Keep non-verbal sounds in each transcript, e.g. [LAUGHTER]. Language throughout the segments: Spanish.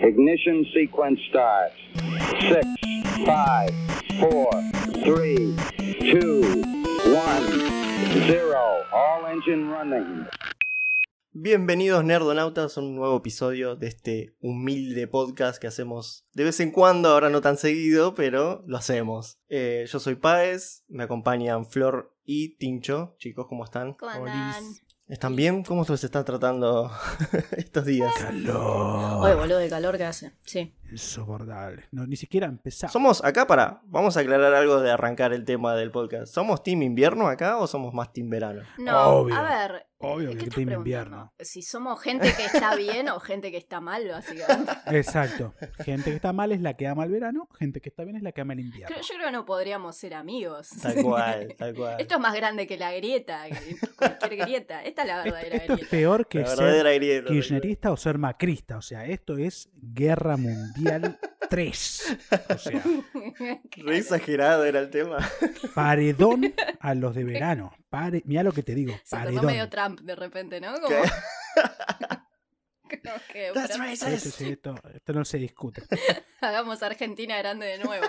Ignition sequence start. Six, five, four, three, two, one, zero. All engine running. Bienvenidos Nerdonautas a un nuevo episodio de este humilde podcast que hacemos de vez en cuando, ahora no tan seguido, pero lo hacemos. Eh, yo soy Páez, me acompañan Flor y Tincho. Chicos, ¿cómo están? ¿Cómo andan? ¿Están bien? ¿Cómo se los está tratando [LAUGHS] estos días? Oye, Calor. boludo, de calor que hace. Sí. Insoportable. No, ni siquiera empezamos. Somos acá para, vamos a aclarar algo de arrancar el tema del podcast. ¿Somos team invierno acá o somos más team verano? No, Obvio. a ver. Obvio ¿qué que estás team preguntando? invierno. Si somos gente que está bien o gente que está mal, básicamente. [LAUGHS] Exacto. Gente que está mal es la que ama el verano, gente que está bien es la que ama el invierno. Creo- yo creo que no podríamos ser amigos. [LAUGHS] Tal cual, tal cual. [LAUGHS] Esto es más grande que la grieta, que cualquier grieta. Esta es la Esto, verdadera esto es grieta. peor que La ser verdadera grieta. kirchnerista o ser macrista. O sea, esto es Guerra Mundial 3. O sea, [LAUGHS] Claro. Re exagerado era el tema. paredón a los de verano. Pare... Mirá lo que te digo, Se tornó medio paredón. Trump de repente, ¿no? Como... ¿Qué? [LAUGHS] Como que, That's bueno, Sí, sí, racist. sí, esto, esto no se discute. Hagamos Argentina grande de nuevo.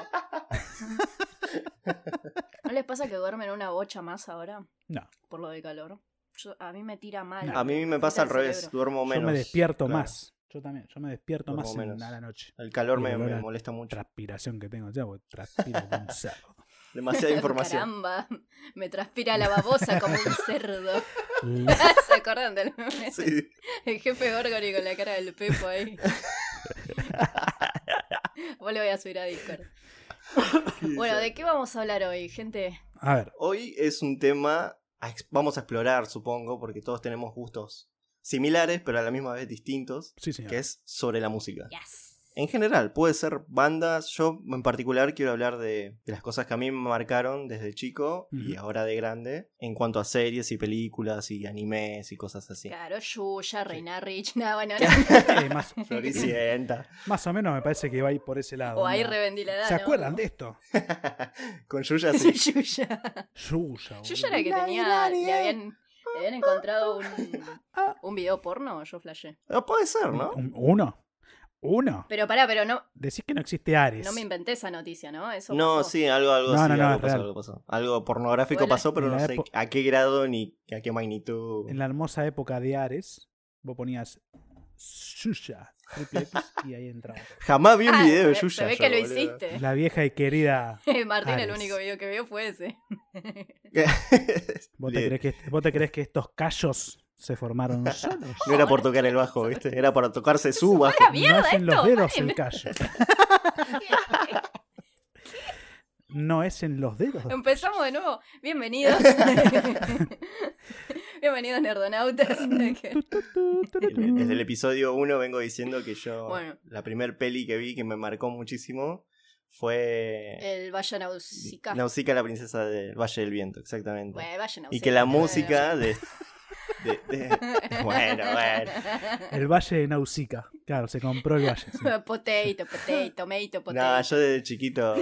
¿No les pasa que duermen una bocha más ahora? No. Por lo de calor. Yo- a mí me tira mal. A mí me pasa al Del revés, cerebro. duermo menos. yo me despierto claro. más. Yo también, yo me despierto Duermo más en- menos. a la noche. El calor Y me, el olor me a- molesta mucho. Transpiración que tengo [LAUGHS] ya, porque transpiro como un cerdo. Demasiada información. [LAUGHS] Caramba, me transpira la babosa como un cerdo. [LAUGHS] ¿Se acuerdan del meme? Sí. El jefe Gorgori con la cara del Pepo ahí. [LAUGHS] Vos lo voy a subir a Discord. Bueno, ¿de qué vamos a hablar hoy, gente? A ver, Hoy es un tema a ex- vamos a explorar, supongo, porque todos tenemos gustos similares, pero a la misma vez distintos, sí, señor. que es sobre la música. Yes. En general, puede ser bandas. Yo en particular quiero hablar de, de las cosas que a mí me marcaron desde chico y Ujú. ahora de grande, en cuanto a series y películas y animes y cosas así. Claro, Yuya, Reina Rich, nada, bueno, no. Eh, más, [LAUGHS] Floricienta. más o menos me parece que va a ir por ese lado. O ahí ¿no? reventilada. ¿Se [LAUGHS] acuerdan de este? esto? Con Yuya sí. Yuya? Yuya. Yuya era que boludo. tenía. Le habían, le habían encontrado un, un video porno, yo flashé. Ah, puede ser, ¿no? Un- Uno. Uno. Pero pará, pero no, Decís que no existe Ares. no me inventé esa noticia, ¿no? Eso No, pasó. sí, algo, algo No, así, no, no, algo es pasó, real. algo pasó. Algo pornográfico Hola. pasó, pero En no la sé época- a qué grado ni a qué magnitud. En la hermosa época de Ares, vos ponías Yuya, triple X, y [LAUGHS] ahí entraba. Jamás vi un Ah, video de se- Yuya. Se ve yo, que lo boludo. [LAUGHS] hiciste. [LAUGHS] La vieja y querida. Martín, el Ares. único video que vio fue ese. [LAUGHS] ¿Vos te, crees que, ¿Vos te creés que estos callos [LAUGHS] se formaron solos? [LAUGHS] No era por tocar el bajo, ¿viste? Era para tocarse su bajo. [LAUGHS] ¡Una Ah, mierda no es en los esto, dedos Mario! el callo. No es en los dedos. Empezamos de nuevo. Bienvenidos. [LAUGHS] Bienvenidos, [LAUGHS] Nerdonautas. Tu, tu, tu, tu, tu, tu. Desde el episodio 1 vengo diciendo que yo. Bueno. La primer peli que vi que me marcó muchísimo fue. el Valle Nausica. Nausicaa, la princesa del Valle del Viento, exactamente. Bueno, Valle Nausica. y que la [LAUGHS] música de. de- de- Bueno, bueno. El Valle de Nausica. Claro, se compró el [LAUGHS] Valle. sí. Potato, potato, tomato, potato. No, yo desde chiquito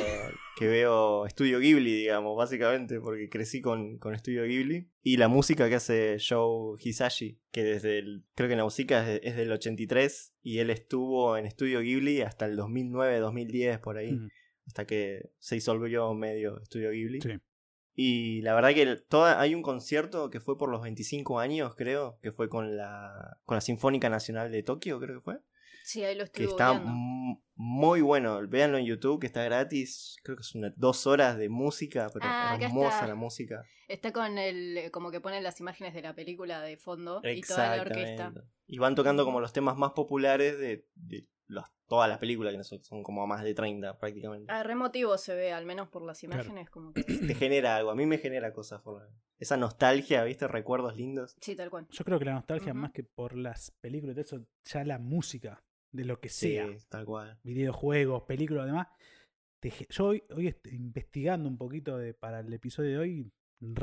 que veo Estudio Ghibli, digamos, básicamente, porque crecí con, con Estudio Ghibli. Y la música que hace Joe Hisashi, que desde el, creo que Nausicaa es, de- es del 83 y él estuvo en Estudio Ghibli hasta el 2009, 2010, por ahí, Mm. hasta que se disolvió medio Estudio Ghibli. Sí. Y la verdad que el- toda, hay un concierto que fue por los 25 años, creo, que fue con la, con la Sinfónica Nacional de Tokio, creo que fue Sí, ahí lo que estuve está googleando. mu- muy bueno. Véanlo en YouTube, que está gratis. Creo que son unas dos horas de música, pero Ah, acá hermosa está. la música. Está con el. Como que ponen las imágenes de la película de fondo y toda la orquesta. Y van tocando como los temas más populares de, de los- todas las películas, que no son, son como más de 30 prácticamente. Ah, re emotivo se ve, al menos por las Claro. imágenes. Como que... Te genera algo, a mí me genera cosas. Por... Esa nostalgia, ¿viste? Recuerdos lindos. Sí, tal cual. Yo creo que la nostalgia, Ujú. más que por las películas y todo eso, ya la música, de lo que sea, Sí, tal cual. videojuegos, películas, además. te ge- yo hoy, hoy est- investigando un poquito de, para el episodio de hoy,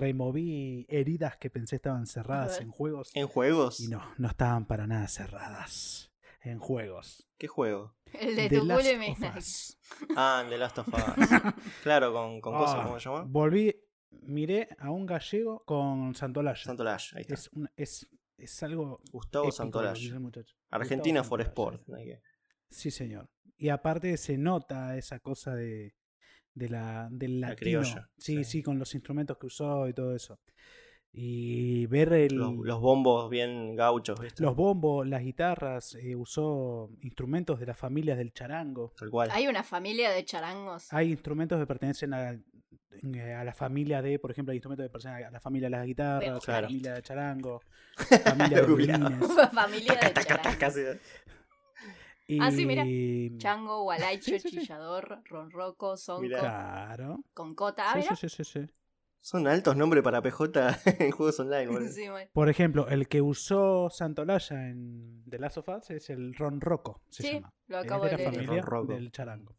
removí heridas que pensé estaban cerradas ver. en juegos. ¿En juegos? Y no, no estaban para nada cerradas en juegos. ¿Qué juego? El de The tu Last culo y of Midnight. Us. Ah, en The Last of Us. [LAUGHS] claro, con, con cosas, Ah, ¿cómo se llama? Volví, miré a un gallego con Santolaya. Santolaya, ahí está. es, una- es, es algo. Gustavo épico lo que Santolaya. hizo el muchacho. Argentina for Gustavo Santolaya, Sport. sí. no hay que- Sí, señor. Y aparte se nota esa cosa de, de la, del La latino. criolla, Sí, sí. sí, con los instrumentos que usó y todo eso. Y ver el- Los, los bombos bien gauchos, ¿viste? los bombos, las guitarras, eh, usó instrumentos de las familias del charango. Tal cual. Hay una familia de charangos. Hay instrumentos que pertenecen a, eh, a la familia de, por ejemplo, hay instrumentos que pertenecen a la familia de las guitarras, a Claro. la familia de charango, [LAUGHS] familia de Lo googleaba. violines. [LAUGHS] familia de Taca, taca, charangos. casi. Y... Ah, sí, mira. Chango, gualacho, chillador, ronroco, sonco, Mirá. Claro. concota. Ah, Sí, mirá. sí, sí, sí, sí. Son altos nombres para PJ [LAUGHS] en juegos online, boludo. [LAUGHS] Sí, bueno. Por ejemplo, el que usó Santolaya en The Last of Us es el Ron Rocco, se Sí, llama. lo Es acabo de de la leer. familia Ron Rocco. del charango.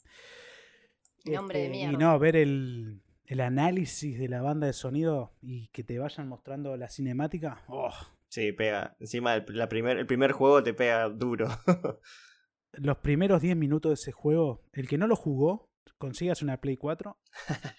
Nombre de Este, mierda. Y no, ver el, el análisis de la banda de sonido y que te vayan mostrando la cinemática. oh, Sí, pega. Encima el, la primer, el primer juego te pega [LAUGHS] duro. los primeros 10 minutos de ese juego, el que no lo jugó, consigas una Play [LAUGHS] 4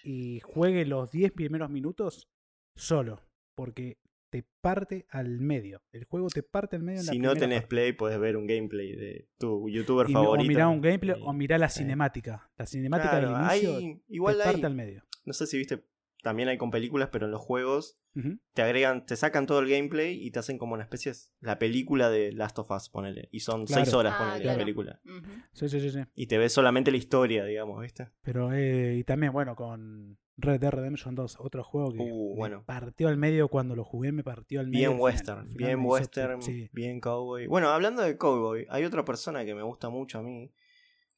y juegue los 10 primeros minutos solo, porque te parte al medio. El juego te parte al medio en la si no primera tenés parte. play, podés ver un gameplay de tu youtuber Y mi- favorito. O mirá un gameplay Y- o mirá la sí. cinemática. La cinemática Claro, del inicio hay- igual te hay. parte al medio. No sé si viste. También hay con películas, pero en los juegos Ujú. te agregan, te sacan todo el gameplay y te hacen como una especie. de- La película de Last of Us, ponele. Y son Claro. seis horas, Ah, ponele, claro. la película. Ujú. Sí, sí, sí, sí. Y te ves solamente la historia, digamos, ¿viste? Pero, eh, y también, bueno, con Red Dead Redemption 2, otro juego que Uh, me bueno. partió al medio cuando lo jugué, me partió al medio. Bien el final. western, El final bien me hizo- western, sí. bien cowboy. Bueno, hablando de cowboy, hay otra persona que me gusta mucho a mí,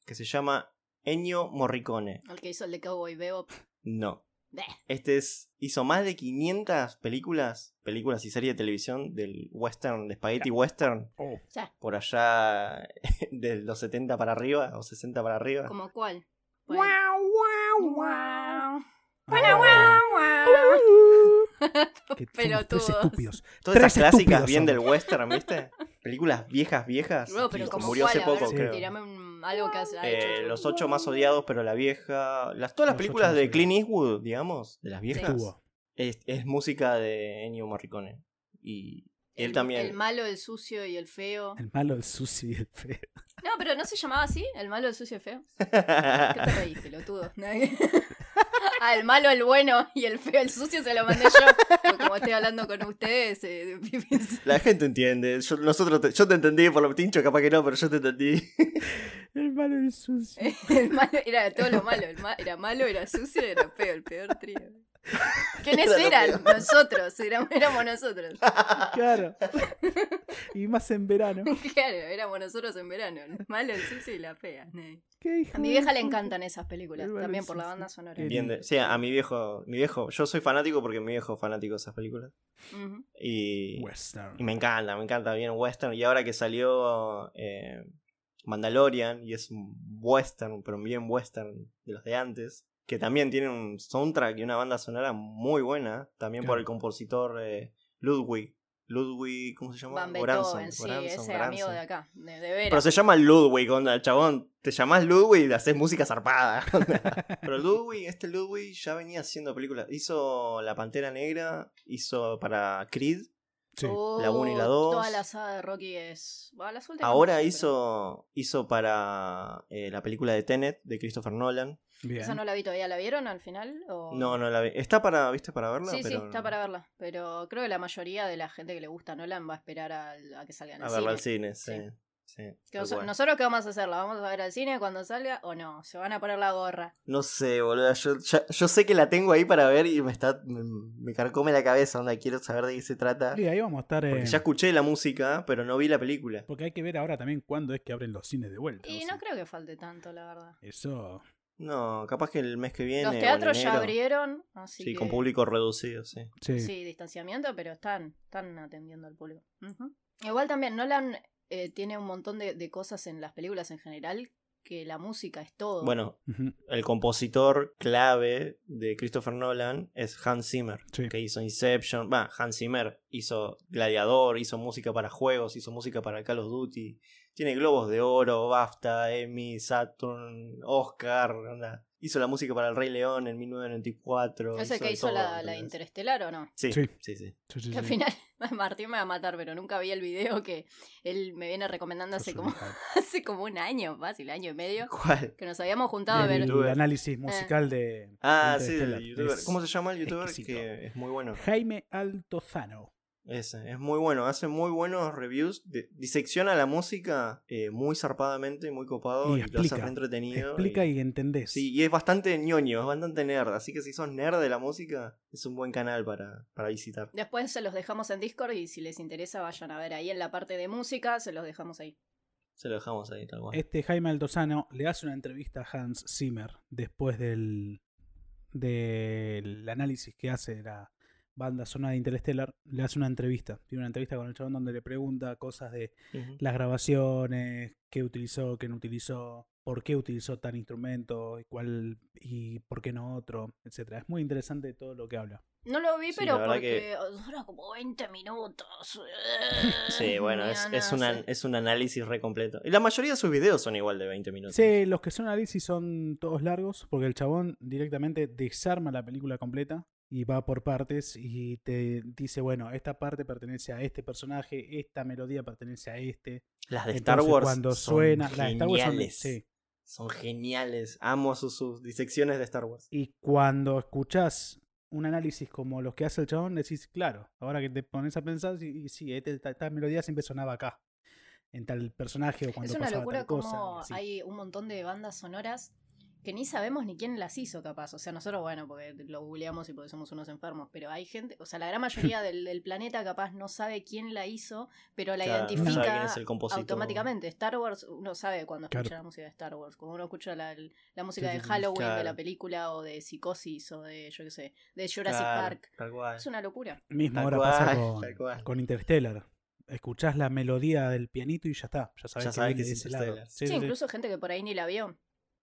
que se llama Ennio Morricone. El que hizo el de Cowboy Bebop. No. Bleh. Este es, hizo más de 500 películas, películas y series de televisión del western, de spaghetti western, Ya, por allá [LAUGHS] de los 70 para arriba o 60 para Ah. arriba. ¿como cuál? Pues, Bueno. Guau, guau, guau. Guau. Ah, que Pero somos tres todos. estúpidos. Todas esas Tres clásicas estúpidos bien somos. del western, ¿viste? Películas viejas, viejas. No, pero que como murió cuál, hace a ver, poco, creo. Tirame un- algo que haya Eh, Ah, hecho. los ocho más odiados, pero la vieja. Las, todas las Los películas ocho de más Clint Eastwood, digamos, de las viejas, Estuvo. es, es música de Ennio Morricone. Y él El- también. El malo, el sucio y el feo. El malo, el sushi, el feo. No, pero ¿no se llamaba así? ¿El malo, el sucio y el feo? ¿Qué te reís, [LAUGHS] pelotudo? ah, el malo, el bueno y el feo, el sucio se lo mandé yo. Porque como estoy hablando con ustedes, eh, [LAUGHS] la gente entiende. Yo, nosotros te, yo te entendí por lo tincho, capaz que no, pero yo te [LAUGHS] entendí. El malo, el sushi. [LAUGHS] el malo, era todo lo malo. El ma- era malo, era sucio y era feo, el peor trío. ¿Quiénes Era lo eran? Nosotros, éramos, éramos nosotros. [LAUGHS] Claro. y más en verano. Claro, éramos nosotros en verano. El malo, el sucio y la fea. ¿Qué hijo A mi de vieja le puta? encantan eh. esas películas, El malo, también el por la sucio. banda sonora. El- Entiende. Sí, a mi viejo. Mi viejo. Yo soy fanático porque mi viejo es fanático de esas películas. Ujú. Y. Western. Y me encanta, me encanta bien western. Y ahora que salió eh, Mandalorian, y es un western, pero un bien western de los de antes, que también tiene un soundtrack y una banda sonora muy buena, también por Claro. el compositor eh, Ludwig. Ludwig, ¿cómo se llama? Van Göransson, Beethoven, sí, Göransson, ese Göransson. amigo de acá, de, de veras. Pero se llama Ludwig, onda, chabón. Te llamás Ludwig y haces música zarpada. [LAUGHS] onda. Pero Ludwig, este Ludwig ya venía haciendo películas. Hizo La Pantera Negra, hizo para Creed, Sí. la uno y la Oh, dos. Toda la saga de Rocky es. va, las últimas no Ahora sé, hizo, hizo para eh, la película de Tenet de Christopher Nolan. pero- Bien. Esa no la vi todavía, ¿la vieron al final? O... No, no la vi. Está para, ¿viste? Para verla. Oh. Sí, sí, pero está para verla. Pero creo que la mayoría de la gente que le gusta Nolan va a esperar al- a, que salga en A el verla al cine. cine, sí. sí, Que tal noso- cual. ¿Nosotros qué vamos a hacer? ¿La vamos a ver al cine cuando salga o no? ¿Se van a poner la gorra? No sé, boludo. Yo, ya- yo sé que la tengo ahí para ver y me está. Me, me carcome la cabeza, onda. Quiero saber de qué se trata. Y ahí vamos a estar. Porque eh, ya escuché la música, pero no vi la película. Porque hay que ver ahora también cuándo es que abren los cines de vuelta. Y o no sea, creo que falte tanto, la verdad. Eso. No, capaz que el mes que viene. o Los en teatros ya enero. abrieron, así Sí, que. con público reducido, sí. Sí. Sí, distanciamiento, pero están, están atendiendo al público. Ujú. Igual también Nolan eh, tiene un montón de, de cosas en las películas en general que la música es todo. Bueno, Ujú, el compositor clave de Christopher Nolan es Hans Zimmer. sí. que hizo Inception, va, Hans Zimmer hizo Gladiador, hizo música para juegos, hizo música para Call of Duty, Tiene globos de oro, BAFTA, Emmy, Saturn, Oscar. onda. Hizo la música para El Rey León en 1994. ¿Es el que de hizo todo, la, la ¿entendés? Interestelar o no? Sí, Sí. sí, sí. Sí, sí, Que al sí. final [LAUGHS] Martín me va a matar, pero nunca vi el video que él me viene recomendando hace Sos un como, [LAUGHS] hija de- hace como un año, fácil, año y medio, ¿Cuál? que nos habíamos juntado a el, ver. Eh. youtuber. análisis musical de. Ah, de sí, Interstellar. del youtuber. Es ¿Cómo se llama el youtuber? exquisito. Que es muy bueno. Jaime Altozano. Ese, es muy bueno, hace muy buenos reviews, de- disecciona la música eh, muy zarpadamente, muy copado Y y, lo hace explica, re Te entretenido. explica y entendés. Sí, y es bastante ñoño, es bastante nerd, así que si sos nerd de la música, es un buen canal para, para visitar. Después se los dejamos en Discord y si les interesa vayan a ver ahí en la parte de música, se los dejamos ahí. Se lo dejamos ahí tal cual. Este Jaime Altozano le hace una entrevista a Hans Zimmer después del, del análisis que hace de la banda sonora de Interstellar. Le hace una entrevista. Tiene una entrevista con el chabón donde le pregunta cosas de Ujú. las grabaciones, qué utilizó, qué no utilizó, por qué utilizó tal instrumento y cuál y por qué no otro, etcétera. Es muy interesante todo lo que habla. No lo vi, Sí, pero la verdad porque que- dura como 20 minutos. [LAUGHS] Sí, bueno, Ni es, ganas, es, una- sí. es un análisis re completo. Y la mayoría de sus videos son igual de 20 minutos. Sí, los que son análisis son todos largos, porque el chabón directamente desarma la película completa y va por partes y te dice, bueno, esta parte pertenece a este personaje, esta melodía pertenece a este. Las de Entonces, Star Wars cuando son suena, las de geniales. Star Wars son- sí. Son geniales. Amo sus, sus disecciones de Star Wars. Y cuando escuchás un análisis como los que hace el chabón, decís, claro, ahora que te pones a pensar, sí, y sí, este- esta, esta melodía siempre sonaba acá, en tal personaje o cuando Es una pasaba locura tal cosa. como así. hay un montón de bandas sonoras que ni sabemos ni quién las hizo capaz. O sea, nosotros, bueno, porque lo googleamos y porque somos unos enfermos, pero hay gente, o sea, la gran [LAUGHS] mayoría del, del planeta capaz no sabe quién la hizo, pero la Claro, no sabe identifica quién es el compositor. automáticamente. Star Wars, uno sabe cuando escucha Claro. la música de Star Wars, como uno escucha la, la música Sí, de sí, sí, Halloween, de claro. la película, o de Psicosis, o de, yo qué sé, de Jurassic Claro, Park. Tal cual. Es una locura. Mismo Tal ahora pasa cual, con, tal cual. con Interstellar. Escuchás la melodía del pianito y ya está. Ya sabés Ya que sabés viene que de es ese lado. Interstellar. Sí, sí, sí, sí. incluso gente que por ahí ni la vio.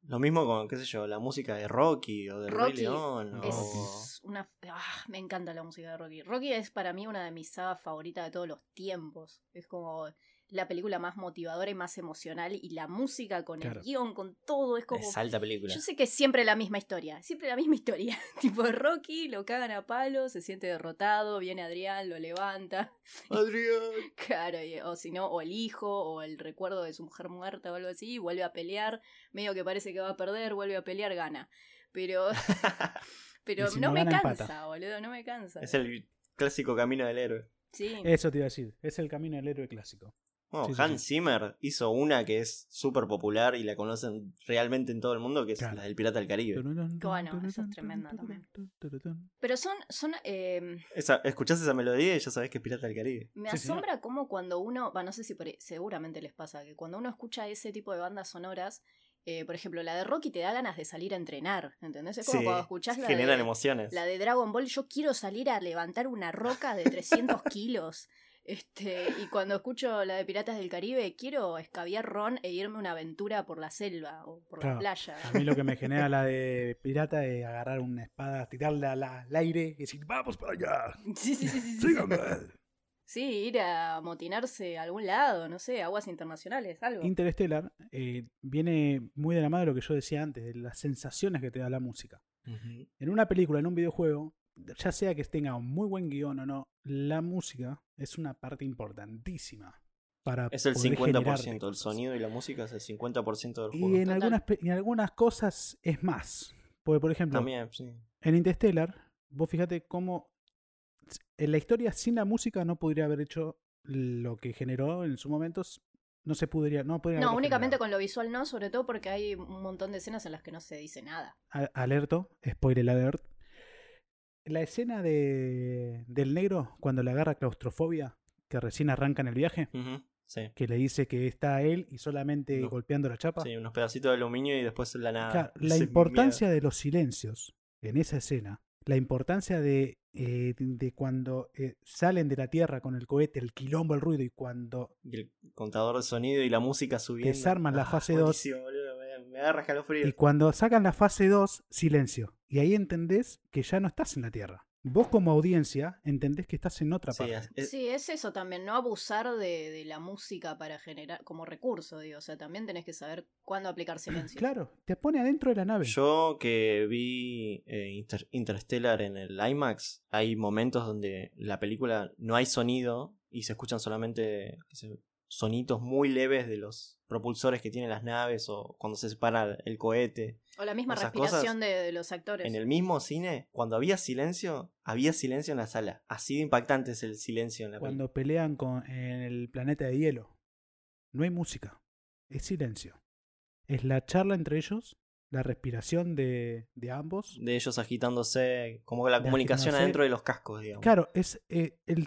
Lo mismo con, qué sé yo, la música de Rocky o de Rey Rocky León. o- Es una. ah, me encanta la música de Rocky. Rocky es para mí una de mis sagas favoritas de todos los tiempos. Es como la película más motivadora y más emocional. Y la música con Claro. el guión, con todo, es como. Es alta película. Yo sé que es siempre la misma historia, siempre la misma historia. [LAUGHS] tipo Rocky, lo cagan a palo, se siente derrotado, viene Adrián, lo levanta. Adrián. Claro, y- o si no, o el hijo, o el recuerdo de su mujer muerta o algo así, y vuelve a pelear, medio que parece que va a perder, vuelve a pelear, gana. Pero, [LAUGHS] [LAUGHS] pero Y si no, no me gana, cansa, empata. boludo, no me cansa. Es el clásico camino del héroe. Sí, Eso te iba a decir. Es el camino del héroe clásico. Bueno, Sí, sí, Hans Zimmer hizo una que es súper popular y la conocen realmente en todo el mundo, que es Claro. la del Pirata del Caribe. bueno, eso es tremendo también. pero son, son eh, Esa, escuchás esa melodía y ya sabés que es Pirata del Caribe. me Sí, señor. asombra cómo cuando uno, va, no sé si por- seguramente les pasa, que cuando uno escucha ese tipo de bandas sonoras, eh, por ejemplo, la de Rocky te da ganas de salir a entrenar, ¿entendés? Es como Sí, cuando escuchás la generan de, emociones. La de Dragon Ball, yo quiero salir a levantar una roca de [LAUGHS] 300 kilos. Este, y cuando escucho la de Piratas del Caribe, quiero escabiar ron e irme a una aventura por la selva o por Claro. la playa. A mí lo que me genera la de pirata es agarrar una espada, tirarla al, al aire y decir, vamos para allá. [LAUGHS] Sí, sí, sí, sí, sí. Síganme. Sí, ir a motinarse a algún lado, no sé, aguas internacionales, algo. Interstellar eh, viene muy de la mano de lo que yo decía antes, de las sensaciones que te da la música. Ujú. En una película, en un videojuego, ya sea que tenga un muy buen guión o no, la música es una parte importantísima para Es el poder 50%, generarte el cosas. sonido y la música es el 50% del Y juego. en, algunas, pe- y en algunas cosas es más. Porque, por ejemplo, También, sí. en Interstellar, vos fíjate cómo en la historia sin la música no podría haber hecho lo que generó en su momento. No se podría. No, podría No, haberlo únicamente generado. con lo visual no, sobre todo porque hay un montón de escenas en las que no se dice nada. a- alerto, spoiler alert. La escena de, del negro cuando le agarra claustrofobia, que recién arranca en el viaje, Ujú, Sí. que le dice que está él y solamente No. golpeando la chapa. Sí, unos pedacitos de aluminio y después la nada. Claro, la Ese importancia de los silencios en esa escena, la importancia de, eh, de cuando eh, salen de la tierra con el cohete, el quilombo, el ruido, y cuando miedo. Y el contador de sonido y la música subiendo. Desarman la fase [LAUGHS] dos. buenísimo, boludo, Me, me agarra escalofrío. Y cuando sacan la fase 2, silencio. Y ahí entendés que ya no estás en la Tierra. vos como audiencia entendés que estás en otra Sí, parte. es- es- Sí, es eso también, no abusar de, de la música para generar, como recurso, digo. O sea, también tenés que saber cuándo aplicar silencio. Claro, te pone adentro de la nave. Yo que vi eh, Inter- Interstellar en el IMAX, hay momentos donde la película no hay sonido y se escuchan solamente qué sé, sonitos muy leves de los propulsores que tienen las naves o cuando se separa el cohete. O la misma Esas respiración cosas de, de los actores. En el mismo cine, cuando había silencio, había silencio en la sala. Así de impactante es el silencio en la película. Cuando pelean con, en el planeta de hielo. No hay música, es silencio. Es la charla entre ellos, la respiración de, de ambos. De ellos agitándose, como la De comunicación agitarse. adentro de los cascos, digamos. Claro, es eh, el,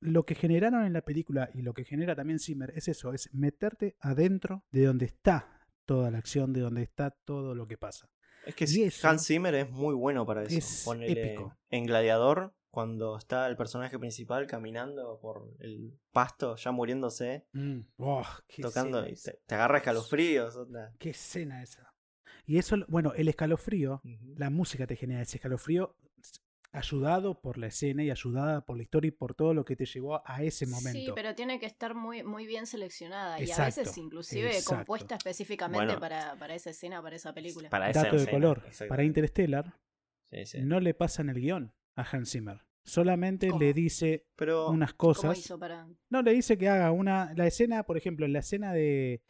lo que generaron en la película y lo que genera también Zimmer es eso, es meterte adentro de donde está toda la acción, de donde está todo lo que pasa. Es que Y eso- Hans Zimmer es muy bueno para eso. es Ponele épico. En Gladiador, cuando está el personaje principal caminando por el pasto, ya muriéndose, Oh, qué tocando, escena y esa. te, te agarra escalofríos. onda. Qué escena esa. Y eso, bueno, el escalofrío la música te genera ese escalofrío s- ayudado por la escena y ayudada por la historia y por todo lo que te llevó a ese Este momento. Sí, pero tiene que estar muy, muy bien seleccionada y a Exacto, veces inclusive exacto. compuesta específicamente Bueno. para, para esa escena, para esa película. Para esa Dato de escena, color, exacto. para Interstellar Sí, sí. no le pasan el guión a Hans Zimmer. Solamente ¿Cómo? le dice Pero unas ¿Cómo cosas. hizo para...? No, le dice que haga una... La escena, por ejemplo, la escena de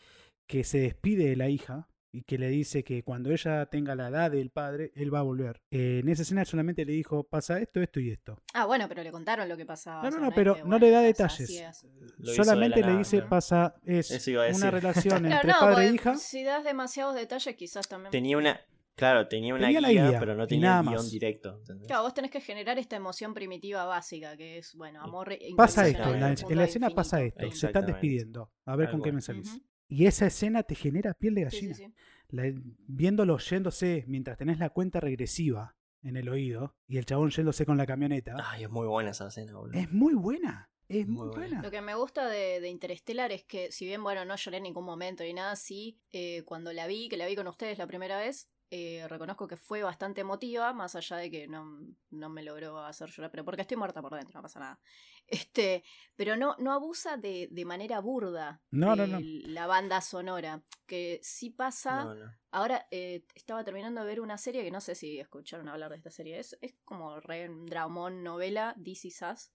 que se despide de la hija y que le dice que cuando ella tenga la edad del padre, él va a volver. Eh, en esa escena solamente le dijo, pasa esto, esto y esto. Ah, bueno, pero le contaron lo que pasaba. No, o no, sea, no, es pero que, no bueno, le da o sea, detalles. así es. Lo hizo Solamente de la le nada, dice claro. pasa es Eso iba a una decir. [LAUGHS] relación entre Claro, no, padre porque e hija. si das demasiados detalles quizás también... Tenía una. Claro, tenía una Tenía la guía, guía, pero y no tenía nada el guión más. directo. ¿entendés? Claro, vos tenés que generar esta emoción primitiva básica, que es, bueno, amor Pasa incondicional esto, en la, del Exactamente. en la mundo escena pasa infinito. esto, se están Exactamente. despidiendo, a ver Tal con qué cual. me salís. Ujú. Y esa escena te genera piel de Sí, sí, gallina, sí. La- viéndolo yéndose mientras tenés la cuenta regresiva en el oído y el chabón yéndose con la camioneta. Ay, es muy buena esa escena, boludo. Es muy buena, es Ah, Muy muy buena. buena. Lo que me gusta de, de Interstellar es que, si bien, bueno, no lloré en ningún momento ni nada, sí, eh, cuando la vi, que la vi con ustedes la primera vez, eh, reconozco que fue bastante emotiva, más allá de que no, no me logró hacer llorar, pero porque estoy muerta por dentro, no pasa nada. [LAUGHS] Este, pero no, no abusa de, de manera burda No, no, el- no. la banda sonora, que sí pasa. No, no. Ahora eh, estaba terminando de ver una serie que no sé si escucharon hablar de esta serie. Es, es como re un dramón, novela, This Is Us. Sí, sí,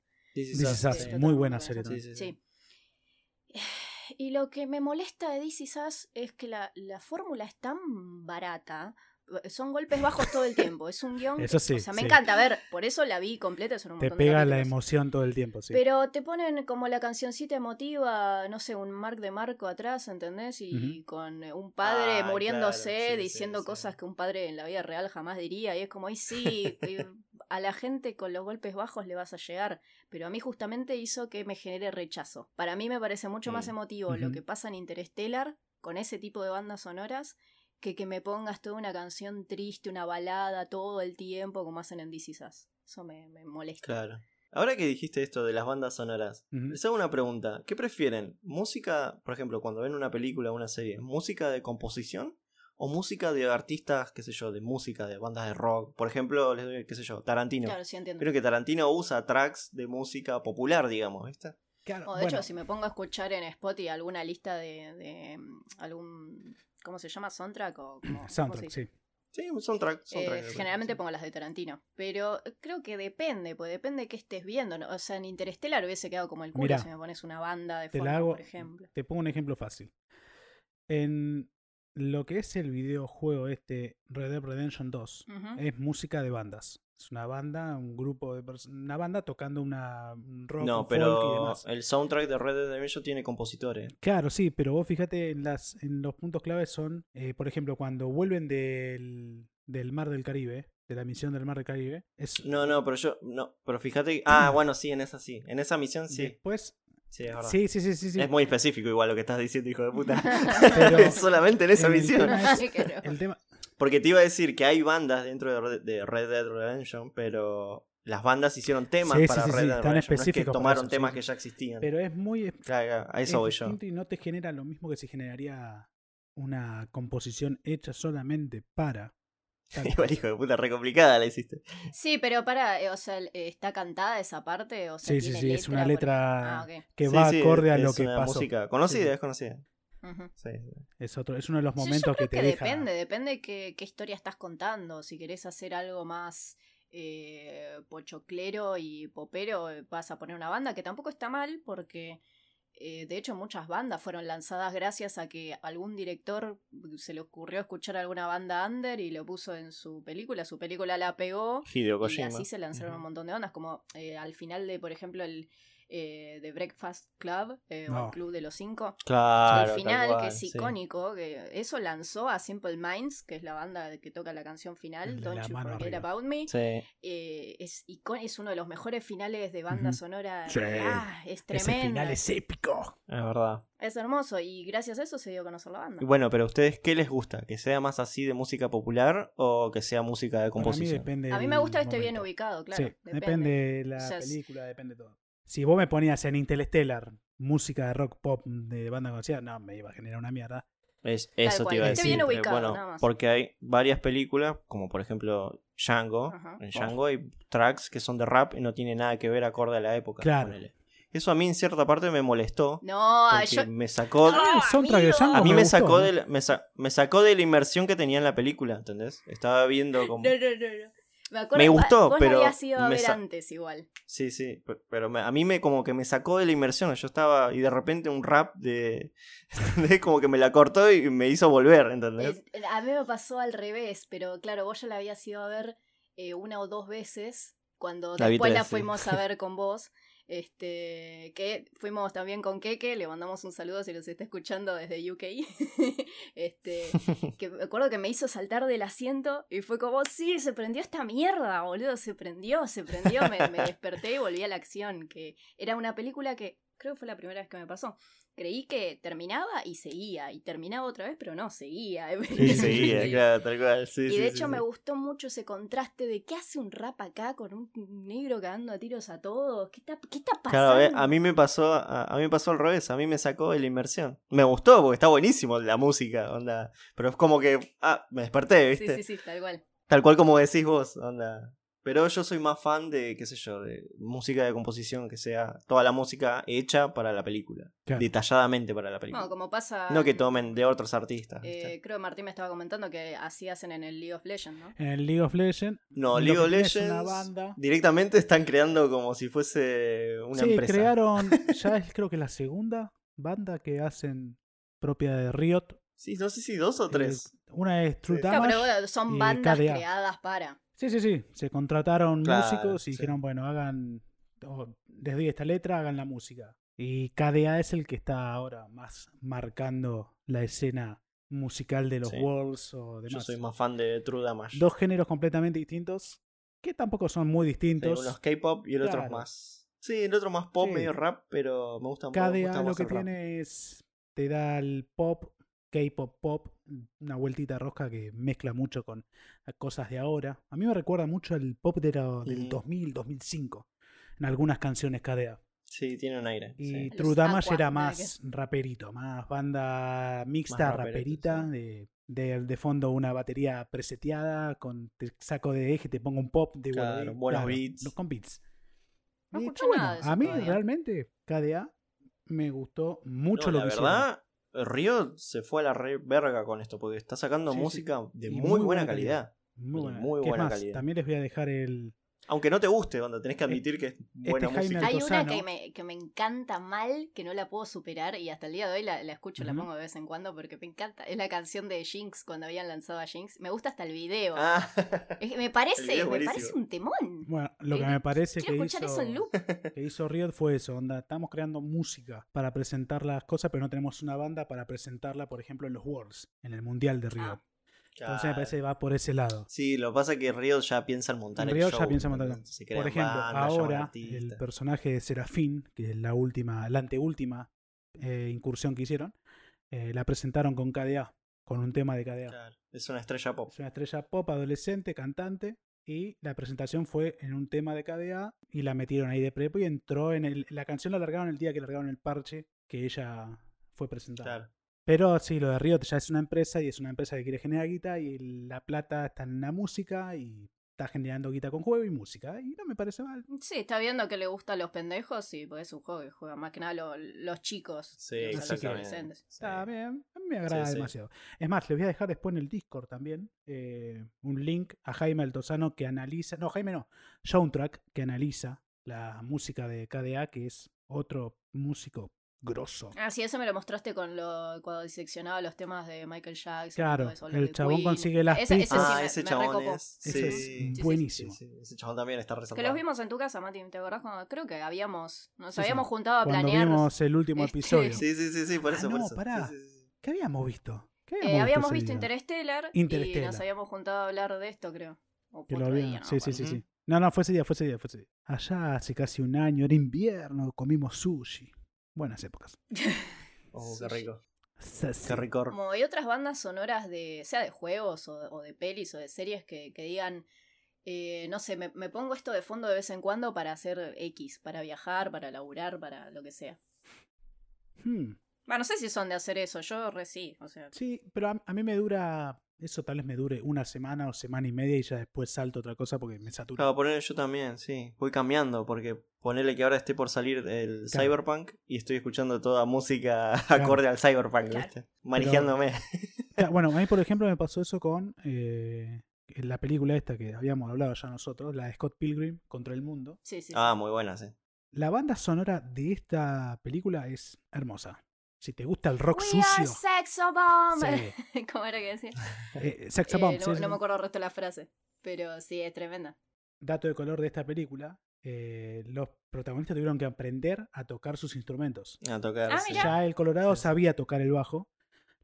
This sí, is sí, Us, sí. Está muy tan buena serie esa también. serie. Sí. [SIGHS] Y lo que me molesta de DC Sass es que la, la fórmula es tan barata. eh, Son golpes bajos todo el tiempo. Es un guión. Eso sí, o sea, me sí. encanta. A ver, por eso la vi completa. Son un Te montón de pega la capítulos. emoción todo el tiempo, sí. Pero te ponen como la cancioncita emotiva, no sé, un Mark de Marco atrás, ¿entendés? Y Ujú. con eh, un padre Ah, muriéndose, claro, sí, sí, diciendo sí. cosas que un padre en la vida real jamás diría. Y es como, y sí, eh, a la gente con los golpes bajos le vas a llegar. Pero a mí justamente hizo que me genere rechazo. Para mí me parece mucho más Mm. emotivo lo Ujú. que pasa en Interstellar con ese tipo de bandas sonoras que que me pongas toda una canción triste, una balada todo el tiempo como hacen en DC Eso me, me molesta. Claro. Ahora que dijiste esto de las bandas sonoras, Ujú. Les hago una pregunta. ¿Qué prefieren? ¿Música, por ejemplo, cuando ven una película o una serie, música de composición o música de artistas, qué sé yo, de música, de bandas de rock? Por ejemplo, les doy, qué sé yo, Tarantino. Claro, sí entiendo. Creo que Tarantino usa tracks de música popular, digamos, ¿viste? Claro, O de bueno, hecho, si me pongo a escuchar en Spotify alguna lista de, de, mm, algún. ¿Cómo se llama? ¿Soundtrack? O como- [CLEARS THROAT] ¿cómo se soundtrack, dice? sí. Sí, son tracks. Son Eh, tracks de- generalmente pongo las de Tarantino. Pero creo que depende, pues depende de qué estés viendo. ¿no? O sea, en Interstellar hubiese quedado como el culo Mirá, si me pones una banda de te la fondo, hago- por ejemplo. Te pongo un ejemplo fácil. En lo que es el videojuego este, Red Dead Redemption 2, [LAUGHS] Ujú. es música de bandas. Es una banda, un grupo de pers- una banda tocando una un rock, un No, folk y pero demás. el soundtrack de Red Dead Redemption tiene compositores. Claro, sí, pero vos fíjate en las en los puntos claves son, eh, por ejemplo, cuando vuelven del, del Mar del Caribe, de la misión del Mar del Caribe, es No, no, pero yo, no, pero fíjate, que- ah, bueno, sí, en esa sí, en esa misión sí, después sí, es verdad. sí, sí, sí, sí, sí. Es muy específico igual lo que estás diciendo, hijo de puta. [LAUGHS] [LAUGHS] [LAUGHS] Pero- Solamente en esa en el misión. tema es- Sí, creo. el tema Porque te iba a decir que hay bandas dentro de Red, de Red Dead Redemption, pero las bandas hicieron temas Sí, sí, para sí, Red sí, Dead tan Redemption. no es que específicos para tomaron eso, temas sí. que ya existían. pero es muy Claro, claro, a eso es voy yo. distinto y no te genera lo mismo que si generaría una composición hecha solamente para Tal [LAUGHS] [LAUGHS] Igual, hijo de puta, re complicada la hiciste. Sí, pero para, o sea, eh, ¿está cantada esa parte? O sea, Sí, sí, ¿tiene sí, es una por- letra- Ah, ok. Que Sí, va sí, acorde a es lo que una pasó. música conocida, Sí, sí. desconocida. Ah, Ujú. Sí, sí. Es, otro, es uno de los Sí, momentos yo creo que te que deja. depende, depende qué, qué historia estás contando. Si querés hacer algo más eh, pochoclero y popero, eh, vas a poner una banda que tampoco está mal porque... eh, de hecho, muchas bandas fueron lanzadas gracias a que algún director mm, se le ocurrió escuchar alguna banda under y lo puso en su película. Su película la pegó Hideo y Kojima. así se lanzaron un Ujú. montón de ondas, como eh, al final de, por ejemplo, el eh, The Breakfast Club, eh, o No. el Club de los Cinco, Claro. el tal final, que cual, es sí. icónico, que eso lanzó a Simple Minds, que es la banda que toca la canción final, La Don't You mano Forget arriba. About Me. Sí. eh, es, icón- es uno de los mejores finales de banda Ujú. sonora. Sí. Ah, es Ese tremendo. final Es... es épico. Es verdad. hermoso y gracias a eso se dio a conocer la banda. Y Bueno, pero a ustedes, ¿qué les gusta? ¿Que sea más así de música popular o que sea música de Para mí composición? depende a mí me del gusta que esté bien momento. ubicado, claro. sí, depende la O sea, es- película, depende todo. Si vos me ponías en Interstellar música de rock pop de banda conocida, no, me iba a generar una mierda. Es, eso cual, te iba a esté decir. bien eh, ubicado, bueno, nada más. porque hay varias películas, como por ejemplo Django. Ajá. En Django hay tracks que son de rap y no tiene nada que ver acorde a la época. Claro. ponele. Eso a mí en cierta parte me molestó. No, porque yo, me sacó. Ah, el soundtrack de amigo. Django A mí me, gustó, sacó ¿eh? de la, me, sa- me sacó de la inmersión que tenía en la película, ¿entendés? Estaba viendo como... No, no, no, no. Me, acuerdo, Me va- gustó, vos la pero habías ido a me ver sa- antes igual. Sí, sí, pe- pero me- a mí me como que me sacó de la inmersión, yo estaba y de repente un rap de... [LAUGHS] ¿entendés? como que me la cortó y me hizo volver, ¿entendés? Eh, a mí me pasó al revés, pero claro, vos ya la habías ido a ver eh, una o dos veces cuando La vi después tres, la sí. [LAUGHS] fuimos a ver con vos. Este, que fuimos también con Keke, le mandamos un saludo si nos está escuchando desde UK. [LAUGHS] este, que me acuerdo que me hizo saltar del asiento y fue como, sí, se prendió esta mierda, boludo, se prendió, se prendió, me, [LAUGHS] me desperté y volví a la acción, que era una película que creo que fue la primera vez que me pasó. Creí que terminaba y seguía, y terminaba otra vez, pero no, seguía. [LAUGHS] Sí, seguía, claro, tal cual. Sí, Y sí, de sí, hecho me sí. gustó mucho ese contraste de qué hace un rap acá con un negro cagando a tiros a todos. ¿Qué está, qué está pasando? Claro, eh, a mí me pasó a, a mí me pasó al revés, a mí me sacó de la inmersión. Me gustó porque está buenísimo la música, onda, pero es como que ah, me desperté, Sí, ¿viste? sí, sí, tal cual. Tal cual como decís vos, onda. Pero yo soy más fan de, qué sé yo, de música de composición, que sea toda la música hecha para la película, Claro. detalladamente para la No, película. como pasa. No que tomen de otros artistas. ¿viste? eh, creo que Martín me estaba comentando que así hacen en el League of Legends, ¿no? En el League of Legends. no, lo League que of tiene es una Legends banda. directamente están creando como si fuese una sí, empresa. [LAUGHS] crearon, ya es creo que la segunda banda que hacen propia de Riot. Sí, no sé si dos o Eh, tres. Una es True Sí. Claro, Damage. pero Ah, bueno, son y bandas KDA. creadas para. Sí, sí, sí. Se contrataron Claro, músicos sí. y dijeron, bueno, hagan, o les doy esta letra, hagan la música. Y KDA es el que está ahora más marcando la escena musical de los Sí. Worlds o Yo demás. soy más fan de True Damage. Dos géneros completamente distintos, que tampoco son muy Sí, distintos. uno es K-pop y el otro es Claro. más. Sí, el otro más pop, Sí. medio rap, pero me gusta, me gusta KDA lo más que el rap. tiene es, te da el pop, K-pop pop, una vueltita rosca que mezcla mucho con ah, cosas de ahora. A mí me recuerda mucho al pop de la- del Mm. 2000, 2005, en algunas canciones KDA. Sí, tiene un aire. Y sí. True Los Damage Aqua, era nada más raperito, más banda mixta, Más raperito, raperita, sí. de, de, de fondo una batería preseteada, con te saco de eje, te pongo un pop de Claro, vuelta, buenos beats. no, Con beats. No Y escuché está bueno. nada de eso A mí todavía. realmente KDA me gustó mucho No, lo la que hicieron. verdad, Río se fue a la re verga con esto, porque está sacando Sí, sí. música de Y muy, muy buena, buena calidad. Muy buena, muy que es buena más, calidad. También les voy a dejar el... Aunque no te guste, onda, tenés que admitir que es buena este Jaime música. Hay una Altozano. que me, que me encanta mal, que no la puedo superar y hasta el día de hoy la, la escucho, la Ujú. pongo de vez en cuando porque me encanta. Es la canción de Jinx cuando habían lanzado a Jinx. Me gusta hasta el video. [LAUGHS] Ah, Es que me El video parece, es me buenísimo. parece un temón. Bueno, lo que Eh, me parece que Quiero hizo, escuchar eso en loop. que hizo Riot fue eso, onda, estamos creando música para presentar las cosas, pero no tenemos una banda para presentarla, por ejemplo, en los Worlds, en el Mundial de Riot. Ah. Entonces me parece claro. que va por ese lado. [LAUGHS] Sí, lo que pasa es que Río ya piensa en montar Riot el ya show. piensa en montar el ¿entendés? Se crean Por ejemplo, bandas, llaman ahora artistas. el personaje de Serafín, que es la última, la anteúltima eh, incursión que hicieron, eh, la presentaron con KDA, con un tema de KDA. Claro, Es una estrella pop. Es una estrella pop adolescente, cantante, y la presentación fue en un tema de KDA y la metieron ahí de prepo y entró en el... La canción la largaron el día que largaron el parche que ella fue presentada. Claro. Pero sí, lo de Riot ya es una empresa y es una empresa que quiere generar guita y la plata está en la música y está generando guita con juego y música. Y no me parece mal. Sí, está viendo que le gusta a los pendejos y pues es un juego que juegan más que nada lo- los chicos. Sí, los exactamente. adolescentes. Sí. Está bien, a mí me agrada sí. demasiado. Es más, les voy a dejar después en el Discord también eh, un link a Jaime Altozano que analiza, no, Jaime no, Soundtrack que analiza la música de KDA, que es otro músico grosso. Ah, sí, eso me lo mostraste con lo, cuando diseccionaba los temas de Michael Jackson. y Claro, todo eso, lo el de chabón Queen. consigue las Ese- ese pistas. sí ah, me- ese me chabón recopó. es. Eso es sí, sí, buenísimo. sí, Ese chabón también está resaltado. Que los vimos en tu casa, Mati, ¿te acordás? Cuando, creo que habíamos, nos Sí, habíamos sí. juntado a Cuando planear. vimos [LAUGHS] el último Este- episodio. Sí, sí, sí, sí, por Ah, eso, por no, eso. pará. Sí, sí, sí. ¿Qué habíamos visto? ¿Qué Eh, habíamos ese visto este video? Interstellar, y Interstellar. nos habíamos juntado a hablar de esto, creo. O Que fue lo otro habían- día, no sí, me sí, sí, acuerdo. sí. No, no, fue ese día, fue ese día, fue ese día. Allá hace casi un año, era invierno, comimos sushi. Buenas épocas. Oh, Sí, qué sí. rico. Sushi. Qué rico. Como hay otras bandas sonoras de, sea de juegos o, o de pelis o de series que, que digan, eh, no sé, me, me pongo esto de fondo de vez en cuando para hacer X, para viajar, para laburar, para lo que sea. Hmm. Bueno, no sé si son de hacer eso, yo re sí, o sea. Sí, pero a, a mí me dura. Eso tal vez me dure una semana o semana y media y ya después salto a otra cosa porque me satura. Claro, ponerle yo también, sí. Voy cambiando, porque ponerle que ahora esté por salir el Claro. Cyberpunk y estoy escuchando toda música [LAUGHS] Claro. acorde al Cyberpunk, Claro. ¿viste? Manejándome. Claro, Bueno, a mí, por ejemplo, me pasó eso con eh, la película esta que habíamos hablado ya nosotros, la de Scott Pilgrim contra el mundo. Sí, sí, sí. Ah, muy buena, sí. La banda sonora de esta película es hermosa. Si te gusta el rock We are sucio. sexo bomb. sí. [LAUGHS] ¿Cómo era que decía? Eh, Sex Eh, Bomb, sí, no, sí. no me acuerdo el resto de la frase, pero sí, es tremenda. dato de color de esta película, eh, los protagonistas tuvieron que aprender a tocar sus instrumentos. A tocar. Ah, sí. mirá. Ya el Colorado Sí. sabía tocar el bajo,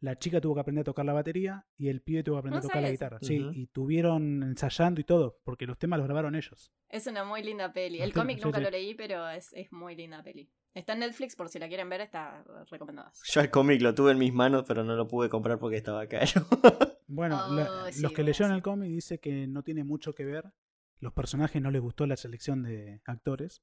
la chica tuvo que aprender a tocar la batería y el pibe tuvo que aprender No a tocar la sabía guitarra. eso. Sí, Ujú. y tuvieron ensayando y todo, porque los temas los grabaron ellos. Es una muy linda peli. La El peli, cómic sí, nunca sí. lo leí, pero es, es muy linda peli. Está en Netflix, por si la quieren ver, está eh, recomendada. Yo el cómic lo tuve en mis manos, pero no lo pude comprar porque estaba caro. [LAUGHS] Bueno, Oh, la- sí, los que bueno, leyeron sí. el cómic dice que no tiene mucho que ver, los personajes no les gustó la selección de actores,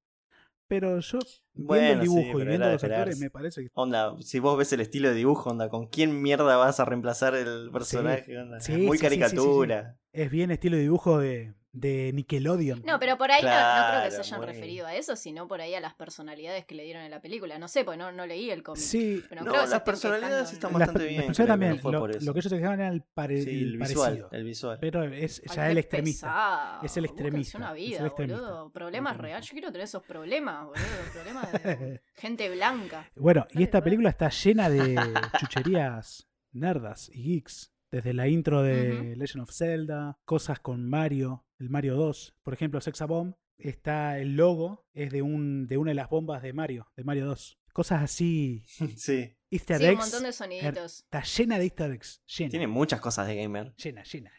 pero yo viendo el Bueno, sí, dibujo y pero viendo era de los actores esperarse. me parece que Onda, si vos ves el estilo de dibujo, onda, ¿con quién mierda vas a reemplazar el personaje? onda? Sí, Muy sí, sí, sí, sí, sí. caricatura. es bien estilo de dibujo de, de Nickelodeon. No, pero por ahí no- no, creo que se Claro, hayan muy- referido a eso, sino por ahí a las personalidades que le dieron en la película. No sé, pues no, no leí el cómic. Sí, Pero No, creo que se las estén personalidades quejando, están ¿no? Las- bastante bien, las creo personas que también. fue lo, por eso. lo que ellos se quejaban era el, pare- Sí, el el visual. parecido. El visual. Pero es Ay, ya qué el extremista. pesado. Es el Búsquense extremista, una es el vida, extremista. boludo. Problemas Extremista. reales. Yo quiero tener esos problemas, boludo. Problemas de [LAUGHS] gente blanca. Bueno, y Dale, esta dale. película está [LAUGHS] llena de chucherías nerdas y geeks. Desde la intro de Ujú. Legend of Zelda, cosas con Mario, el Mario 2. Por ejemplo, Sexabomb, está el logo, es de, un, de una de las bombas de Mario, de Mario 2. Cosas así, Sí. easter Sí, un eggs, montón de soniditos. Está llena de easter eggs, llena, Tiene muchas cosas de [LAUGHS] gamer. llena, llena.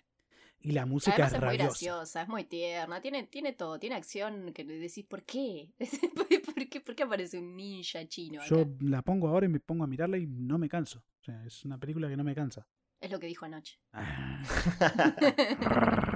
Y la música Además es es muy rabiosa. graciosa, es muy tierna, tiene, tiene todo, tiene acción que le decís, ¿por qué? [LAUGHS] ¿Por qué, por qué aparece un ninja chino acá? Yo la pongo ahora y me pongo a mirarla y no me canso. O sea, es una película que no me cansa. Es lo que dijo anoche. [LAUGHS] Ah. Ajá.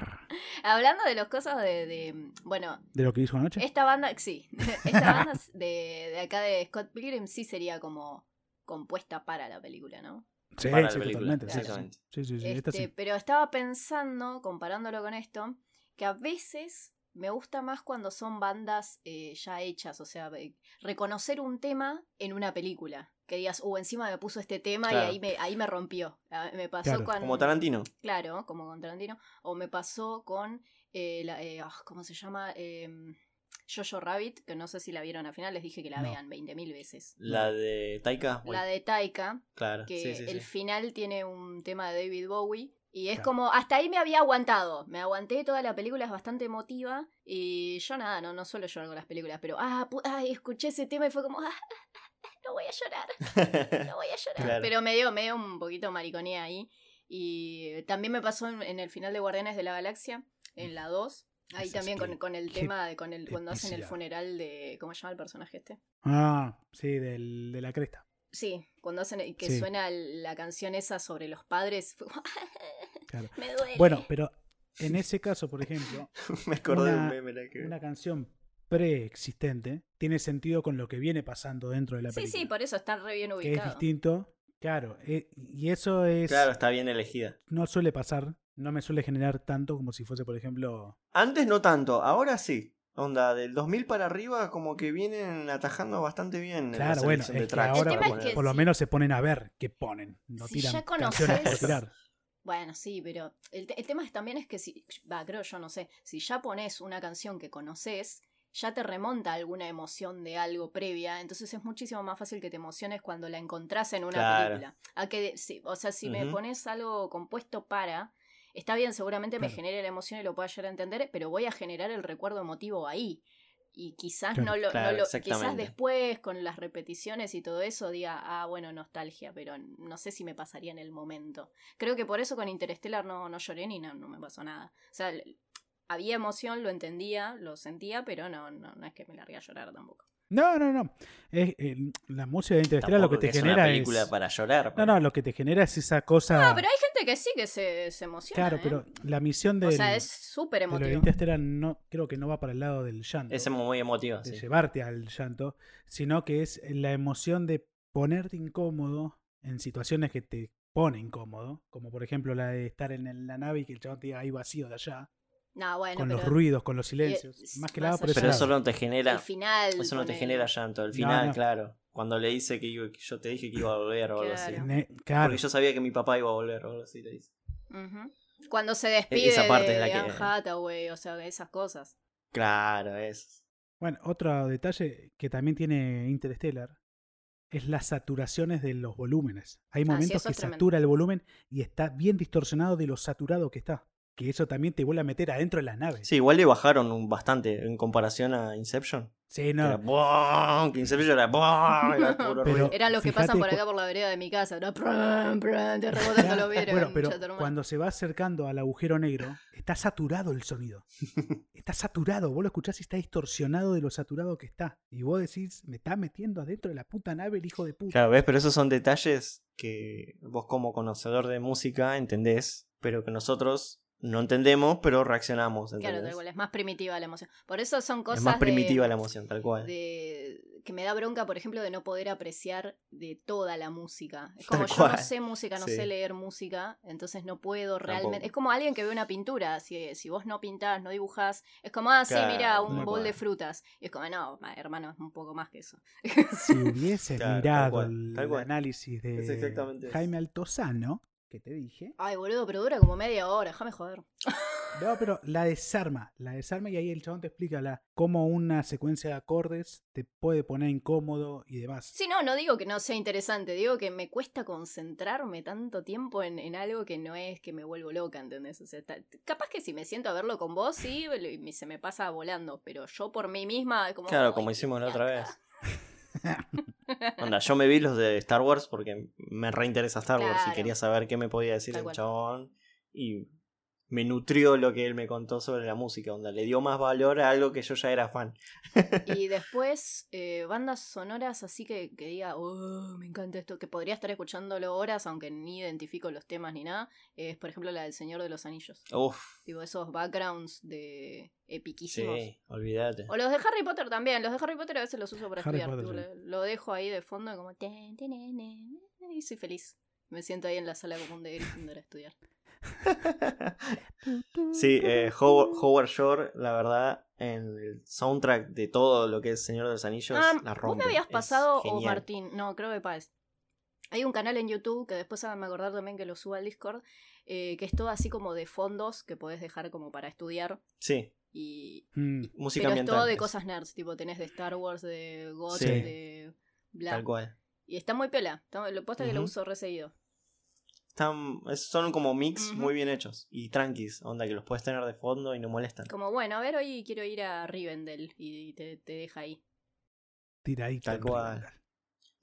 Hablando de las cosas de, de- Bueno, ¿De lo que hizo anoche? esta banda, sí, esta banda [LAUGHS] de, de acá de Scott Pilgrim sí sería como compuesta para la película, ¿no? Sí, Para la sí, película, totalmente. sí, exactamente. Sí, sí, sí, sí, esta Este, sí. Pero estaba pensando, comparándolo con esto, que a veces me gusta más cuando son bandas eh, ya hechas, o sea, eh, reconocer un tema en una película. Que digas, uh, encima me puso este tema Claro. y ahí me, ahí me rompió. Ah, Me pasó Claro. con. Como Tarantino. Claro, como con Tarantino. O me pasó con. eh, la- eh, ah, ¿Cómo se llama? Em, Jojo Rabbit, que no sé si la vieron al final, les dije que la No. vean 20.000 veces. La de Taika. bueno, La de Taika, claro. que sí, sí, sí. el final tiene un tema de David Bowie. Y es Claro. como, hasta ahí me había aguantado. Me aguanté, toda la película es bastante emotiva. Y yo nada, no, no suelo llorar con las películas, pero ah, pu- ay, escuché ese tema y fue como, ah, no voy a llorar, [LAUGHS] [LAUGHS] no voy a llorar. Claro. Pero me dio, me dio un poquito mariconía ahí. Y también me pasó en, en el final de Guardianes de la Galaxia, en la 2. Ahí Esas también con, pe- con el qué tema de con el, cuando hacen el epicidad. funeral de. ¿Cómo se llama el personaje este? Ah, sí, del, de la cresta. Sí, cuando hacen que Sí. suena la canción esa sobre los padres, fue como, [LAUGHS] Claro. me duele. Bueno, pero en ese caso, por [LAUGHS] ejemplo, Me acordé Una- de un meme. la que- una canción preexistente tiene sentido con lo que viene pasando dentro de la sí, película. sí, por eso está re bien que es ubicado. distinto Claro, eh, y eso es. Claro, está bien elegida. No suele pasar. No me suele generar tanto como si fuese, por ejemplo. Antes no tanto, ahora sí. Onda, del 2000 para arriba como que vienen atajando bastante bien. en la Claro, bueno, selección de es que tracks, ahora para por, es poner. que por lo sí. menos se ponen a ver qué ponen. No Si tiran ya canciones por conoces- tirar. Bueno, sí, pero el, te- el tema es también es que si, va, creo yo, no sé, si ya pones una canción que conoces, ya te remonta a alguna emoción de algo previa, entonces es muchísimo más fácil que te emociones cuando la encontrás en una Claro. película. A que, de- si- o sea, si me Ujú. pones algo compuesto para, está bien, seguramente me Claro. genere la emoción y lo pueda llegar a entender, pero voy a generar el recuerdo emotivo ahí. Y quizás Claro. no lo, no Claro, lo- quizás exactamente. después con las repeticiones y todo eso diga, ah, bueno, nostalgia, pero no sé si me pasaría en el momento. Creo que por eso con Interstellar no, no lloré ni no, no me pasó nada. O sea, l- había emoción, lo entendía, lo sentía, pero no, no, no es que me largué a llorar tampoco. No, no, no. Es- eh, la música de Interestelar lo que Tampoco te es genera una película es. para llorar. pues. No, pero- no, lo que te genera es esa cosa. No, pero hay gente que sí que se, se emociona. Ah. claro, ¿eh? pero la misión del- O de, sea, es súper lo de emotivo. Interestelar no, creo que no va para el lado del llanto. Es muy emotivo. de sí. llevarte al llanto, sino que es la emoción de ponerte incómodo en situaciones que te pone incómodo, como por ejemplo la de estar en la nave y que el chabón te diga ahí vacío de allá, No, bueno, con pero los ruidos, con los silencios, es más que más nada por allá. ese Pero lado. eso no te el genera. final. Eso no te ponele. genera llanto. El No, final, no. claro. Cuando le dice que, iba- que yo te dije que iba a volver o algo así. Claro. Ne- claro, Porque yo sabía que mi papá iba a volver o algo así. Le dice. Ujú. Cuando se despide Esa parte de, es la de que- Anne Hathaway, o sea, esas cosas. Claro, es. Bueno, otro detalle que también tiene Interstellar es las saturaciones de los volúmenes. Hay Ah, sí, momentos eso que es tremendo. satura el volumen y está bien distorsionado de lo saturado que está. Que eso también te vuelve a meter adentro de la nave. Sí, igual le bajaron un- bastante en comparación a Inception. Sí, Que no. [LAUGHS] Era ¡buam! que Inception era ¡buam! Era puro Pero- ruido. Eran los que Fíjate pasan por cu- acá por la vereda de mi casa, ¿no? Prum, prum, te rebotando los vidrios. Bueno, concha de tu pero madre. cuando se va acercando al agujero negro, está saturado el sonido. [LAUGHS] Está saturado. Vos lo escuchás y está distorsionado de lo saturado que está. Y vos decís, me está metiendo adentro de la puta nave el hijo de puta. Claro, ¿ves? Pero esos son detalles que vos como conocedor de música entendés, pero que nosotros no entendemos, pero reaccionamos. Claro, ¿entendés? tal cual, es más primitiva la emoción. Por eso son cosas es más de- primitiva la emoción, eh. tal cual. de- que me da bronca, por ejemplo, de no poder apreciar de toda la música. Es como Tal yo no cual. sé música, no Sí. sé leer música, entonces no puedo Tampoco. realmente. Es como alguien que ve una pintura, si, si vos no pintás, no dibujás, es como, ah, sí, Claro, mira, un tal bol de cual. frutas. Y es como, no, ma- hermano, es un poco más que eso. Si hubieses [LAUGHS] Claro, tal mirado cual, el tal cual. análisis Es de exactamente eso. Jaime Altozano, que te dije. [LAUGHS] Ay, boludo, pero dura como media hora, déjame joder. No, pero la desarma, la desarma y ahí el chabón te explica la, cómo una secuencia de acordes te puede poner incómodo y demás. Sí, no, no digo que no sea interesante, digo que me cuesta concentrarme tanto tiempo en, en algo que no es que me vuelvo loca, ¿entendés? O sea, ta- capaz que si me siento a verlo con vos, sí, lo- y me- se me pasa volando, pero yo por mí misma, como... Claro, "Ay, como qué hicimos la otra vez. fiaca". [LAUGHS] Onda, yo me vi los de Star Wars porque me reinteresa Star Wars y Claro. quería saber qué me podía decir Tal el cual. chabón. Y me nutrió lo que él me contó sobre la música. Onda, le dio más valor a algo que yo ya era fan. Y después, eh, bandas sonoras así que, que diga, oh, me encanta esto, que podría estar escuchándolo horas, aunque ni identifico los temas ni nada, es por ejemplo la del Señor de los Anillos. Uf, Digo, esos backgrounds de epiquísimos. sí, olvídate. O los de Harry Potter también. Los de Harry Potter a veces los uso para Harry estudiar. Potter, tipo, sí. le- Lo dejo ahí de fondo como... ten, ten, nen, nen, Y soy feliz. Me siento ahí en la sala común de Gryffindor a estudiar. Sí, eh, Howard, Howard Shore, la verdad, en el soundtrack de todo lo que es Señor de los Anillos, Ah, la ¿Vos rompe. me habías Es pasado o genial. Martín? No, creo que Páez. Hay un canal en YouTube que después me acordar también que lo suba al Discord, eh, que es todo así como de fondos que podés dejar como para estudiar Sí, y, Mm. música pero es ambiental. todo de es, cosas nerds, tipo tenés de Star Wars, de God, Sí. de Tal Black. cual. Y está muy pela, está- lo posta que lo Ujú. uso re seguido. Están, es- son como mix Ujú. muy bien hechos y tranquis, onda que los puedes tener de fondo y no molestan. Como bueno, a ver, hoy quiero ir a Rivendell y te, te deja ahí. Tiradita. Tal en cual. Rivendell.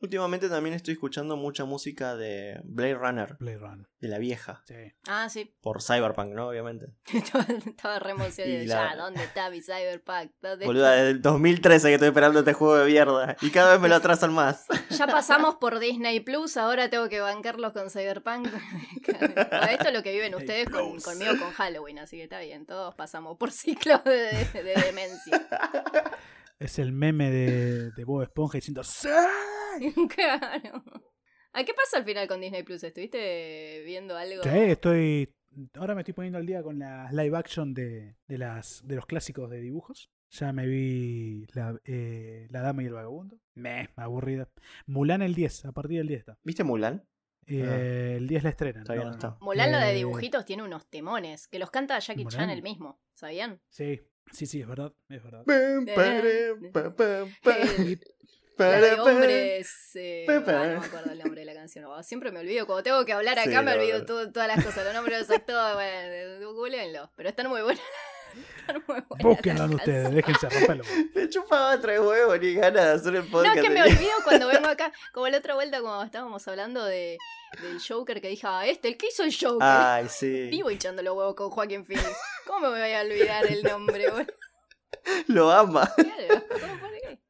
Últimamente también estoy escuchando mucha música de Blade Runner, Blade Runner, de la vieja, sí. Ah, sí. por Cyberpunk, ¿no? Obviamente. [LAUGHS] Estaba, estaba re emocionado. Y Ya, la- ¿dónde está mi Cyberpunk? ¿Dónde Boluda, está? desde el 2013 que estoy esperando este juego de mierda y cada vez me lo atrasan más. Ya pasamos por Disney Plus, ahora tengo que bancarlos con Cyberpunk. [LAUGHS] Bueno, Esto es lo que viven ustedes con- Plus. conmigo con Halloween, así que está bien, todos pasamos por [LAUGHS] ciclos de, de- de [LAUGHS] demencia. [LAUGHS] Es el meme de, de Bob Esponja diciendo ¡Sí! claro. ¿A qué pasó al final con Disney Plus? ¿Estuviste viendo algo? Sí, estoy. Ahora me estoy poniendo al día con las live action de, de las, de los clásicos de dibujos. Ya me vi La, eh, La Dama y el Vagabundo. Meh, aburrida. Mulan el 10, a partir del 10 está. [LAUGHS] ¿Viste Mulan? Eh, Ah. El 10 la estrenan. Todavía no está. Mulan lo de Eh, dibujitos tiene unos temones, que los canta Jackie Mulan. Chan el mismo, ¿sabían? Sí, sí, sí, es verdad. Es verdad. Pam, pam, pam, El- la de pam, hombres. eh, Pepe. ah, no me acuerdo el nombre de la canción. Oh, siempre me olvido. Cuando tengo que hablar acá, Sí, me la olvido verdad. todo- todas las cosas. Los nombres de [LAUGHS] los actores, bueno, googleenlo. Pero están muy buenas. [LAUGHS] Están muy buenas. Búsquenlo las ustedes, canciones. [LAUGHS] déjense romperlo. Le chupaba tres huevos ni ganas de hacer el No, podcast. es que me tenía. olvido cuando [LAUGHS] vengo acá. Como la otra vuelta, cuando estábamos hablando de, del Joker, que dije, ah, este, el que hizo el Joker. Ay, sí. Vivo hinchando los huevos con Joaquín Phoenix. ¿Cómo me voy a olvidar el nombre, boludo? Lo ama. Claro, ¿cómo por qué?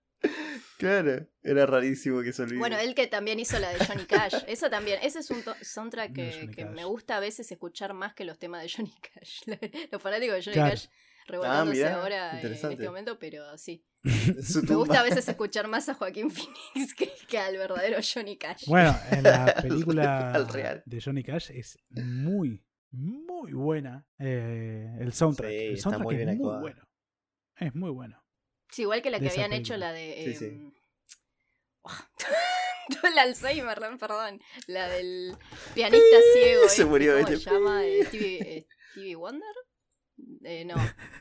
Claro. Era rarísimo que se olvide. Bueno, él que también hizo la de Johnny [LAUGHS] Cash. Eso también. Ese es un to- soundtrack No, que, Johnny que Cash. me gusta a veces escuchar más que los temas de Johnny Cash. [LAUGHS] Los fanáticos de Johnny Claro. Cash rebotándose Ah, mirá, ahora eh, en interesante. este momento, pero sí. Su Me tumba. gusta a veces escuchar más a Joaquín [LAUGHS] Phoenix que, que al verdadero Johnny Cash. Bueno, en [LAUGHS] la Al- al real. película de Johnny Cash es muy, muy buena eh, el soundtrack. Sí, el está soundtrack muy es bien muy actuado. bueno. Es muy bueno. sí, igual que la de que esa habían hecho película. la de. Sí, eh, sí. [LAUGHS] todo el Alzheimer, ¿no? perdón. La del pianista ciego. Se este, murió ¿Cómo este. se llama? Eh, Stevie, eh, Stevie Wonder? Eh, no.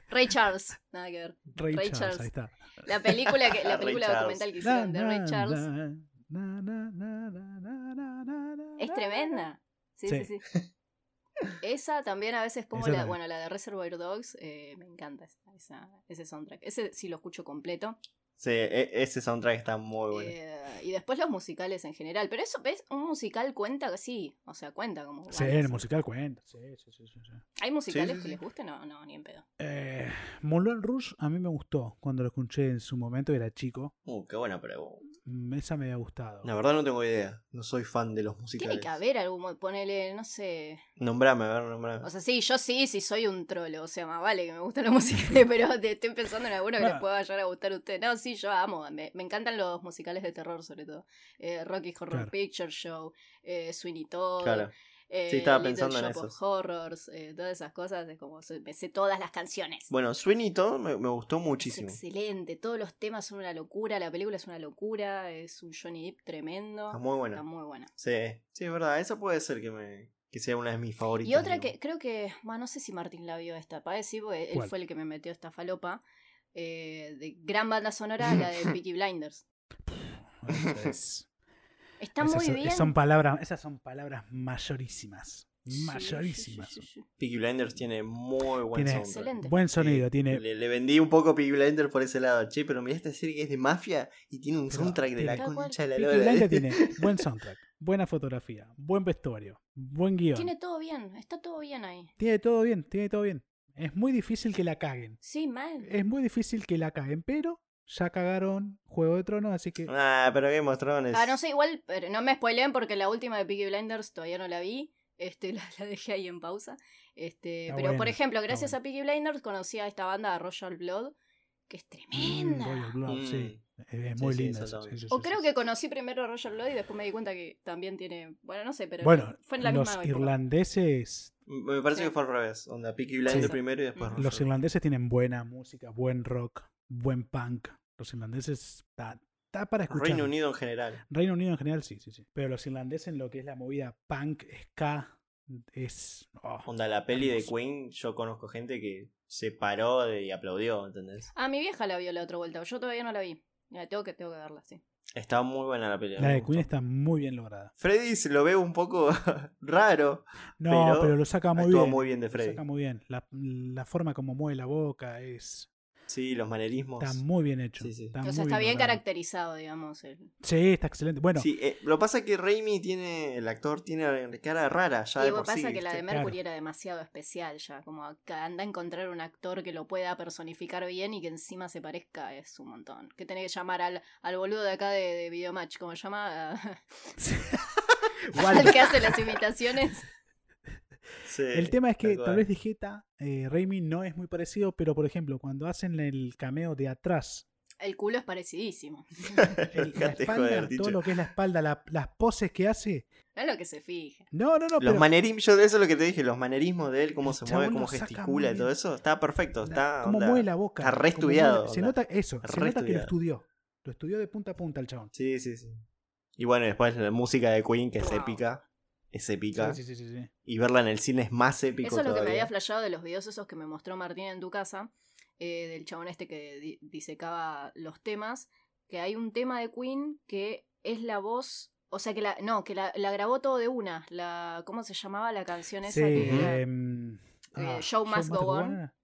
Ray Charles. Nada que ver. Ray, Ray Charles, Charles. ahí está. La película, [LAUGHS] que, la Ray película Charles. documental que hicieron de Ray Charles na, na, na, na, na, na, na, na, es na. tremenda. Sí, sí, sí. Sí. [LAUGHS] Esa también a veces pongo Esa la, también. bueno, la de Reservoir Dogs, eh, me encanta esa, esa- ese soundtrack. Ese sí lo escucho completo. Sí, e- ese soundtrack está muy bueno. Eh, y después los musicales en general. Pero eso, ¿ves? Un musical cuenta, sí, o sea, cuenta como. Sí, bueno, el sí. musical cuenta. Sí, sí, sí, sí, sí. ¿Hay musicales Sí, sí, que sí. les gusten? No, no, ni en pedo. Eh, Moulin Rouge a mí me gustó cuando lo escuché en su momento, era chico. Uh, qué buena pregunta. Mm, Esa me había gustado. La verdad no tengo idea. No soy fan de los Tiene musicales. que haber algún. mo- Ponele, no sé. Nombrame, a ver, nombrame. O sea, sí, yo sí, sí soy un trolo. O sea, más vale que me [LAUGHS] gustan los musicales, pero te- estoy pensando en alguno que les Bueno. pueda llegar a gustar a ustedes. No, sí, yo amo. Me, me encantan los musicales de terror, sobre todo. Eh, Rocky Horror Claro. Picture Show, eh, Sweeney Todd, claro. eh, Sí, estaba Little pensando en Shop of esos. Horrors, eh, todas esas cosas. Es como, soy- me sé todas las canciones. Bueno, Sweeney Todd me, me gustó es muchísimo. excelente. Todos los temas son una locura. La película es una locura. Es un Johnny Depp tremendo. Está muy Está buena. muy buena. Sí, sí, es verdad. Esa puede ser que me que sea una de mis favoritas. Y otra que digamos. creo que, bueno, no sé si Martín la vio esta, para decir, porque él ¿Cuál? fue el que me metió esta falopa. eh, de gran banda sonora, la [LAUGHS] de Peaky Blinders. Entonces, [LAUGHS] Está esas muy son- bien. Son palabras, esas son palabras mayorísimas. Sí, Mayorísimas. sí, sí, sí, sí. Peaky Blinders tiene muy buen Tiene soundtrack. Excelente. buen sonido, Eh, tiene. Le, le vendí un poco Peaky Blinders por ese lado. Che, pero mirá esta serie que es de mafia y tiene un Pero soundtrack de la tiene- Tal cual. concha de la Peaky lora. [LAUGHS] Blinders tiene buen soundtrack, buena fotografía, buen vestuario, buen guión. Tiene Tiene... todo bien, está todo bien ahí. todo bien, tiene todo bien. Es muy difícil que la caguen. Sí, mal. Es muy difícil que la caguen, pero ya cagaron Juego de Tronos, así que. Ah, pero Game of Thrones. Ah, no sé, igual, pero no me spoileen porque la última de Peaky Blinders todavía no la vi. Este, [LAUGHS] la, la dejé ahí en pausa. Este, Está pero por buena, ejemplo, está gracias a Peaky Blinders conocí a esta banda Royal Blood, que es tremenda. Mm, Royal Blood, Mm. sí. Es Sí, muy sí, linda. eso esa, también. sí, sí, O sí, creo sí. que conocí primero a Roger Lloyd y después me di cuenta que también tiene. Bueno, no sé, pero Bueno, fue en la los misma época. irlandeses, Me parece Sí. que fue al revés. Onda, Peaky Blinders Sí. primero y después Los Roger. los irlandeses tienen buena música, buen rock, buen punk. Los irlandeses está, está para escuchar. Reino Unido en general. Reino Unido en general, sí, sí, sí. Pero los irlandeses en lo que es la movida punk, ska, es. oh, Onda, la peli de Hermoso. Queen, yo conozco gente que se paró de- y aplaudió, ¿entendés? Ah, mi vieja la vio la otra vuelta. Yo todavía no la vi. La tengo que, tengo que verla, sí. Está muy buena la peli. a mí la me de Queen gustó. está muy bien lograda. Freddy se lo veo un poco [LAUGHS] raro. No, Pero pero, lo saca muy actúa bien. muy bien de lo Freddy. saca muy bien. La, la forma como mueve la boca es. Sí, los manerismos. Está muy bien hecho. Sí, sí. Está o sea, Ah, muy está bien logrado. caracterizado, digamos. el- Sí, está excelente. Bueno, Sí, eh, lo pasa que Raimi tiene, el actor tiene cara rara ya y de igual por pasa sí, que la ¿viste? de Claro. Mercury era demasiado especial ya. Como acá anda a encontrar un actor que lo pueda personificar bien y que encima se parezca es un montón. Que tenés que llamar al, al boludo de acá de, de Videomatch, ¿cómo se llama? [LAUGHS] Waldo. al que hace las imitaciones. Sí, El tema es que tal tal cual. vez [LAUGHS] eh, Digeta, eh, Raimi no es muy parecido, pero por ejemplo, cuando hacen el cameo de atrás El culo es parecidísimo. El- la Dejate espalda, joder, todo Ticho. lo que es la espalda, la- las poses que hace. No es lo que se fija. No, no, no, Los pero manerismos, yo de eso es lo que te dije, los manerismos de él, cómo se chabón mueve, cómo lo saca gesticula muy y todo bien. eso, está perfecto, está... como onda. mueve la boca. está re cómo estudiado, mueve- Se onda. nota eso, se Re nota que lo estudiado. estudió. Lo estudió de punta a punta el chabón. Sí, sí, sí. Y bueno, después la música de Queen, que es Wow. épica, es épica, Sí, sí, sí, sí, sí. y verla en el cine es más épico Eso es lo que me todavía. había flashado de los videos esos que me mostró Martín en tu casa, eh, del chabón este que di- disecaba los temas, que hay un tema de Queen que es la voz, o sea que la, no, que la, la grabó todo de una, la, ¿cómo se llamaba la canción esa? Sí, que era? em, eh, Show Must Go On. era?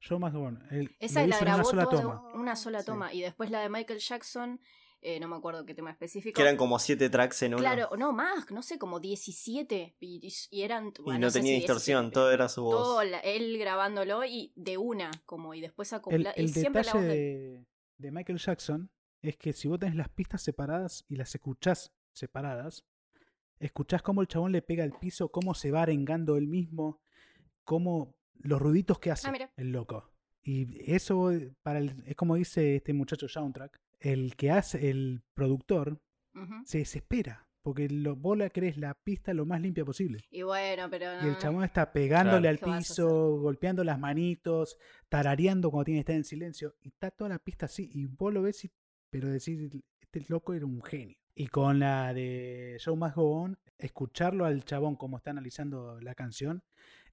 Show Must Go On. El- Esa lo la hizo en una grabó sola toda de toma. un- una sola Sí. toma, y después la de Michael Jackson, eh, no me acuerdo qué tema específico. Que eran como siete tracks en uno, Claro, no más, no sé, como 17, y, y- y eran... y bueno, no sé tenía si 17, distorsión, pero- todo era su voz. todo la- él grabándolo y de una, como y después El, acopla el y siempre la detalle voz de- de, de Michael Jackson es que si vos tenés las pistas separadas y las escuchás separadas, escuchás cómo el chabón le pega al piso, cómo se va arengando él mismo, cómo los ruiditos que hace Ah, mira. el loco. Y eso para el- es como dice este muchacho soundtrack, el que hace el productor Ujú. se desespera porque lo, vos la crees la pista lo más limpia posible. Y bueno, pero no. Y el chabón está pegándole Claro. al Ah. ¿Qué vas a piso, golpeando las manitos, tarareando cuando tiene que estar en silencio. Y está toda la pista así. Y vos lo ves, y, pero decís, este loco era un genio. Y con la de Show Must Go On, escucharlo al chabón como está analizando la canción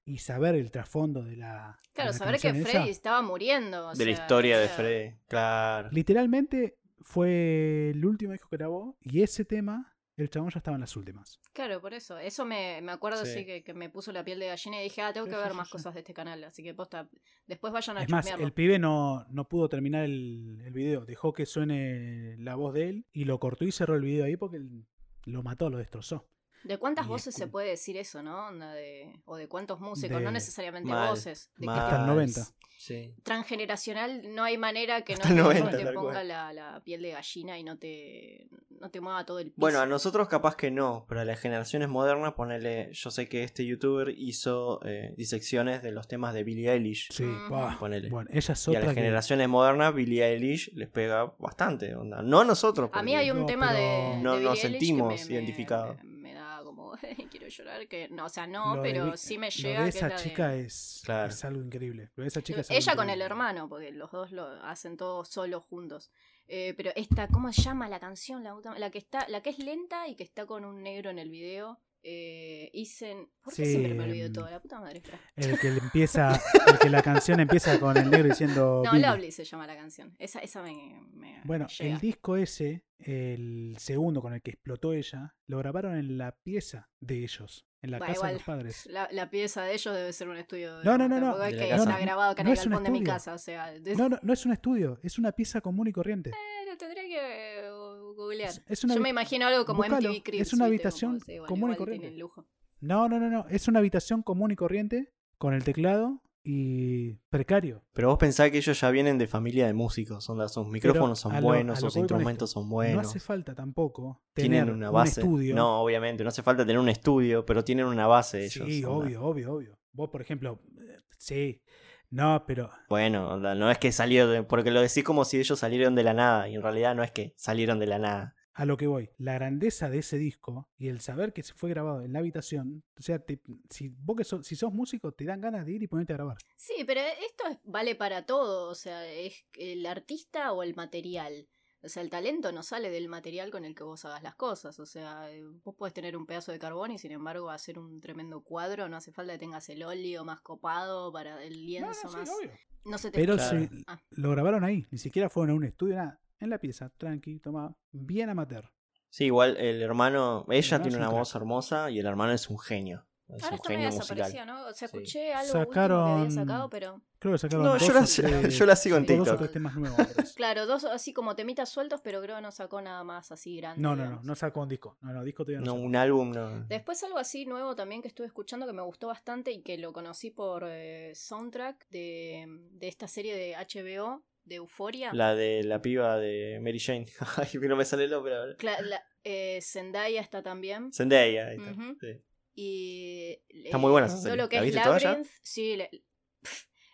y saber el trasfondo de la. de Claro, la saber que canción esa. Freddy estaba muriendo. o de la sea, historia de era- Freddy, claro. Literalmente fue el último disco que grabó. Y ese tema, el chabón ya estaba en las últimas. Claro, por eso. Eso me, me acuerdo, Sí. sí, que, que me puso la piel de gallina y dije, ah, tengo Sí, que sí, ver sí, más sí. cosas de este canal. Así que posta, después vayan a Es más, chusmearlo. el pibe no, no pudo terminar el, el video. Dejó que suene la voz de él y lo cortó y cerró el video ahí porque el- lo mató, lo destrozó. ¿De cuántas y voces se escu- puede decir eso, no? Onda de- o de cuántos músicos, De- no necesariamente Mal, voces. De que mal. Hasta el 90. Sí. te- transgeneracional no hay manera que no Hasta el te, no 90, te tal ponga cual. la, la piel de gallina y no te, no te mueva todo el piso. Bueno, a nosotros capaz que no, pero a las generaciones modernas, ponele, yo sé que este youtuber hizo eh, disecciones de los temas de Billie Eilish. Sí, Ujú. bah. Ponele. Bueno, ella es Y a otra. las que- generaciones modernas, Billie Eilish les pega bastante. Onda. No a nosotros. A mí porque- hay un No, tema de. pero- de No Billie nos Eilish que me- sentimos me- identificados. Me, me da como. [LAUGHS] quiero llorar. que No, o sea, no, lo de pero Vi- sí me lo llega. de que esa es la de- chica es, Claro. es algo increíble. Lo de esa chica es algo Ella con el increíble. hermano, porque los dos lo hacen todos solos juntos. Eh, pero esta, ¿cómo se llama la canción? La, puta- la que está, la que es lenta y que está con un negro en el video. Eh, dicen. ¿Por qué Sí, siempre me olvido em, todo? La puta madre. espera. El que le empieza, el que la canción empieza con el negro diciendo. [LAUGHS] No, Billy. Lovely se llama la canción. Esa, esa me. me Bueno, llega. el disco ese, el segundo con el que explotó ella, lo grabaron en la pieza de ellos, en la Bah, casa igual, de los padres. La, la pieza de ellos debe ser un estudio. de- No, no, no, no. tampoco es De la que casa. está No, grabado acá en no el es un galpón de mi estudio. casa. O sea, de- No, no, no es un estudio, es una pieza común y corriente. Eh, [LAUGHS] lo tendría que eh, googlear. Es- es una Yo habi- me imagino algo como Buscalo. MTV Cribs. Es una ¿viste? habitación Como, sí, bueno, común y igual corriente. tienen lujo. No, no, no, no. Es una habitación común y corriente con el teclado y precario. Pero vos pensás que ellos ya vienen de familia de músicos. Onda, sus micrófonos a son lo- buenos, a lo sus que voy con instrumentos son no buenos. hace falta tampoco tener tienen una base. un estudio. No, obviamente, no hace falta tener un estudio, pero tienen una base sí, ellos. onda. obvio, obvio, obvio. Vos, por ejemplo, eh, sí. No, pero Bueno, onda, no es que salieron, de- porque lo decís como si ellos salieron de la nada, y en realidad no es que salieron de la nada. a lo que voy. La grandeza de ese disco y el saber que se fue grabado en la habitación, o sea, te- si vos que sos, si sos músico te dan ganas de ir y ponerte a grabar. Sí, pero esto es- vale para todo. O sea, es el artista o el material. O sea, el talento no sale del material con el que vos hagas las cosas. O sea, eh, vos podés tener un pedazo de carbón y sin embargo hacer un tremendo cuadro. No hace falta que tengas el óleo más copado para el No, no, lienzo sí, más. obvio. No se te Pero Claro. si Ah. lo grabaron ahí, ni siquiera fueron a un estudio, nada. En la pieza, tranqui, toma, bien amateur. Sí, igual el hermano, ella hermano tiene es un una crack. voz hermosa y el hermano es un genio. Es Ahora un está medio genio desaparecido, musical. ¿no? O sea, Sí. escuché algo último que Sacaron- había sacado, pero. Creo que sacaron No, yo la, dos o tres- yo la sigo en sí, Con dos o TikTok. tres temas [LAUGHS] nuevos. me parece. Claro, dos así como temitas sueltos, pero creo que no sacó nada más así grande. No, no, no, digamos. no sacó un disco. No, no, disco todavía No, no. sacó. un álbum no. Después algo así nuevo también que estuve escuchando que me gustó bastante y que lo conocí por eh, soundtrack de, de esta serie de HBO de Euforia. La de la piba de Mary Jane. [LAUGHS] Ay, que no me sale el nombre ahora. eh, Zendaya está también. Zendaya. ahí está. Ujú. Sí. Y eh, Está muy buena esa Todo serie. lo que ¿La es viste toda ya? Labyrinth, sí, le-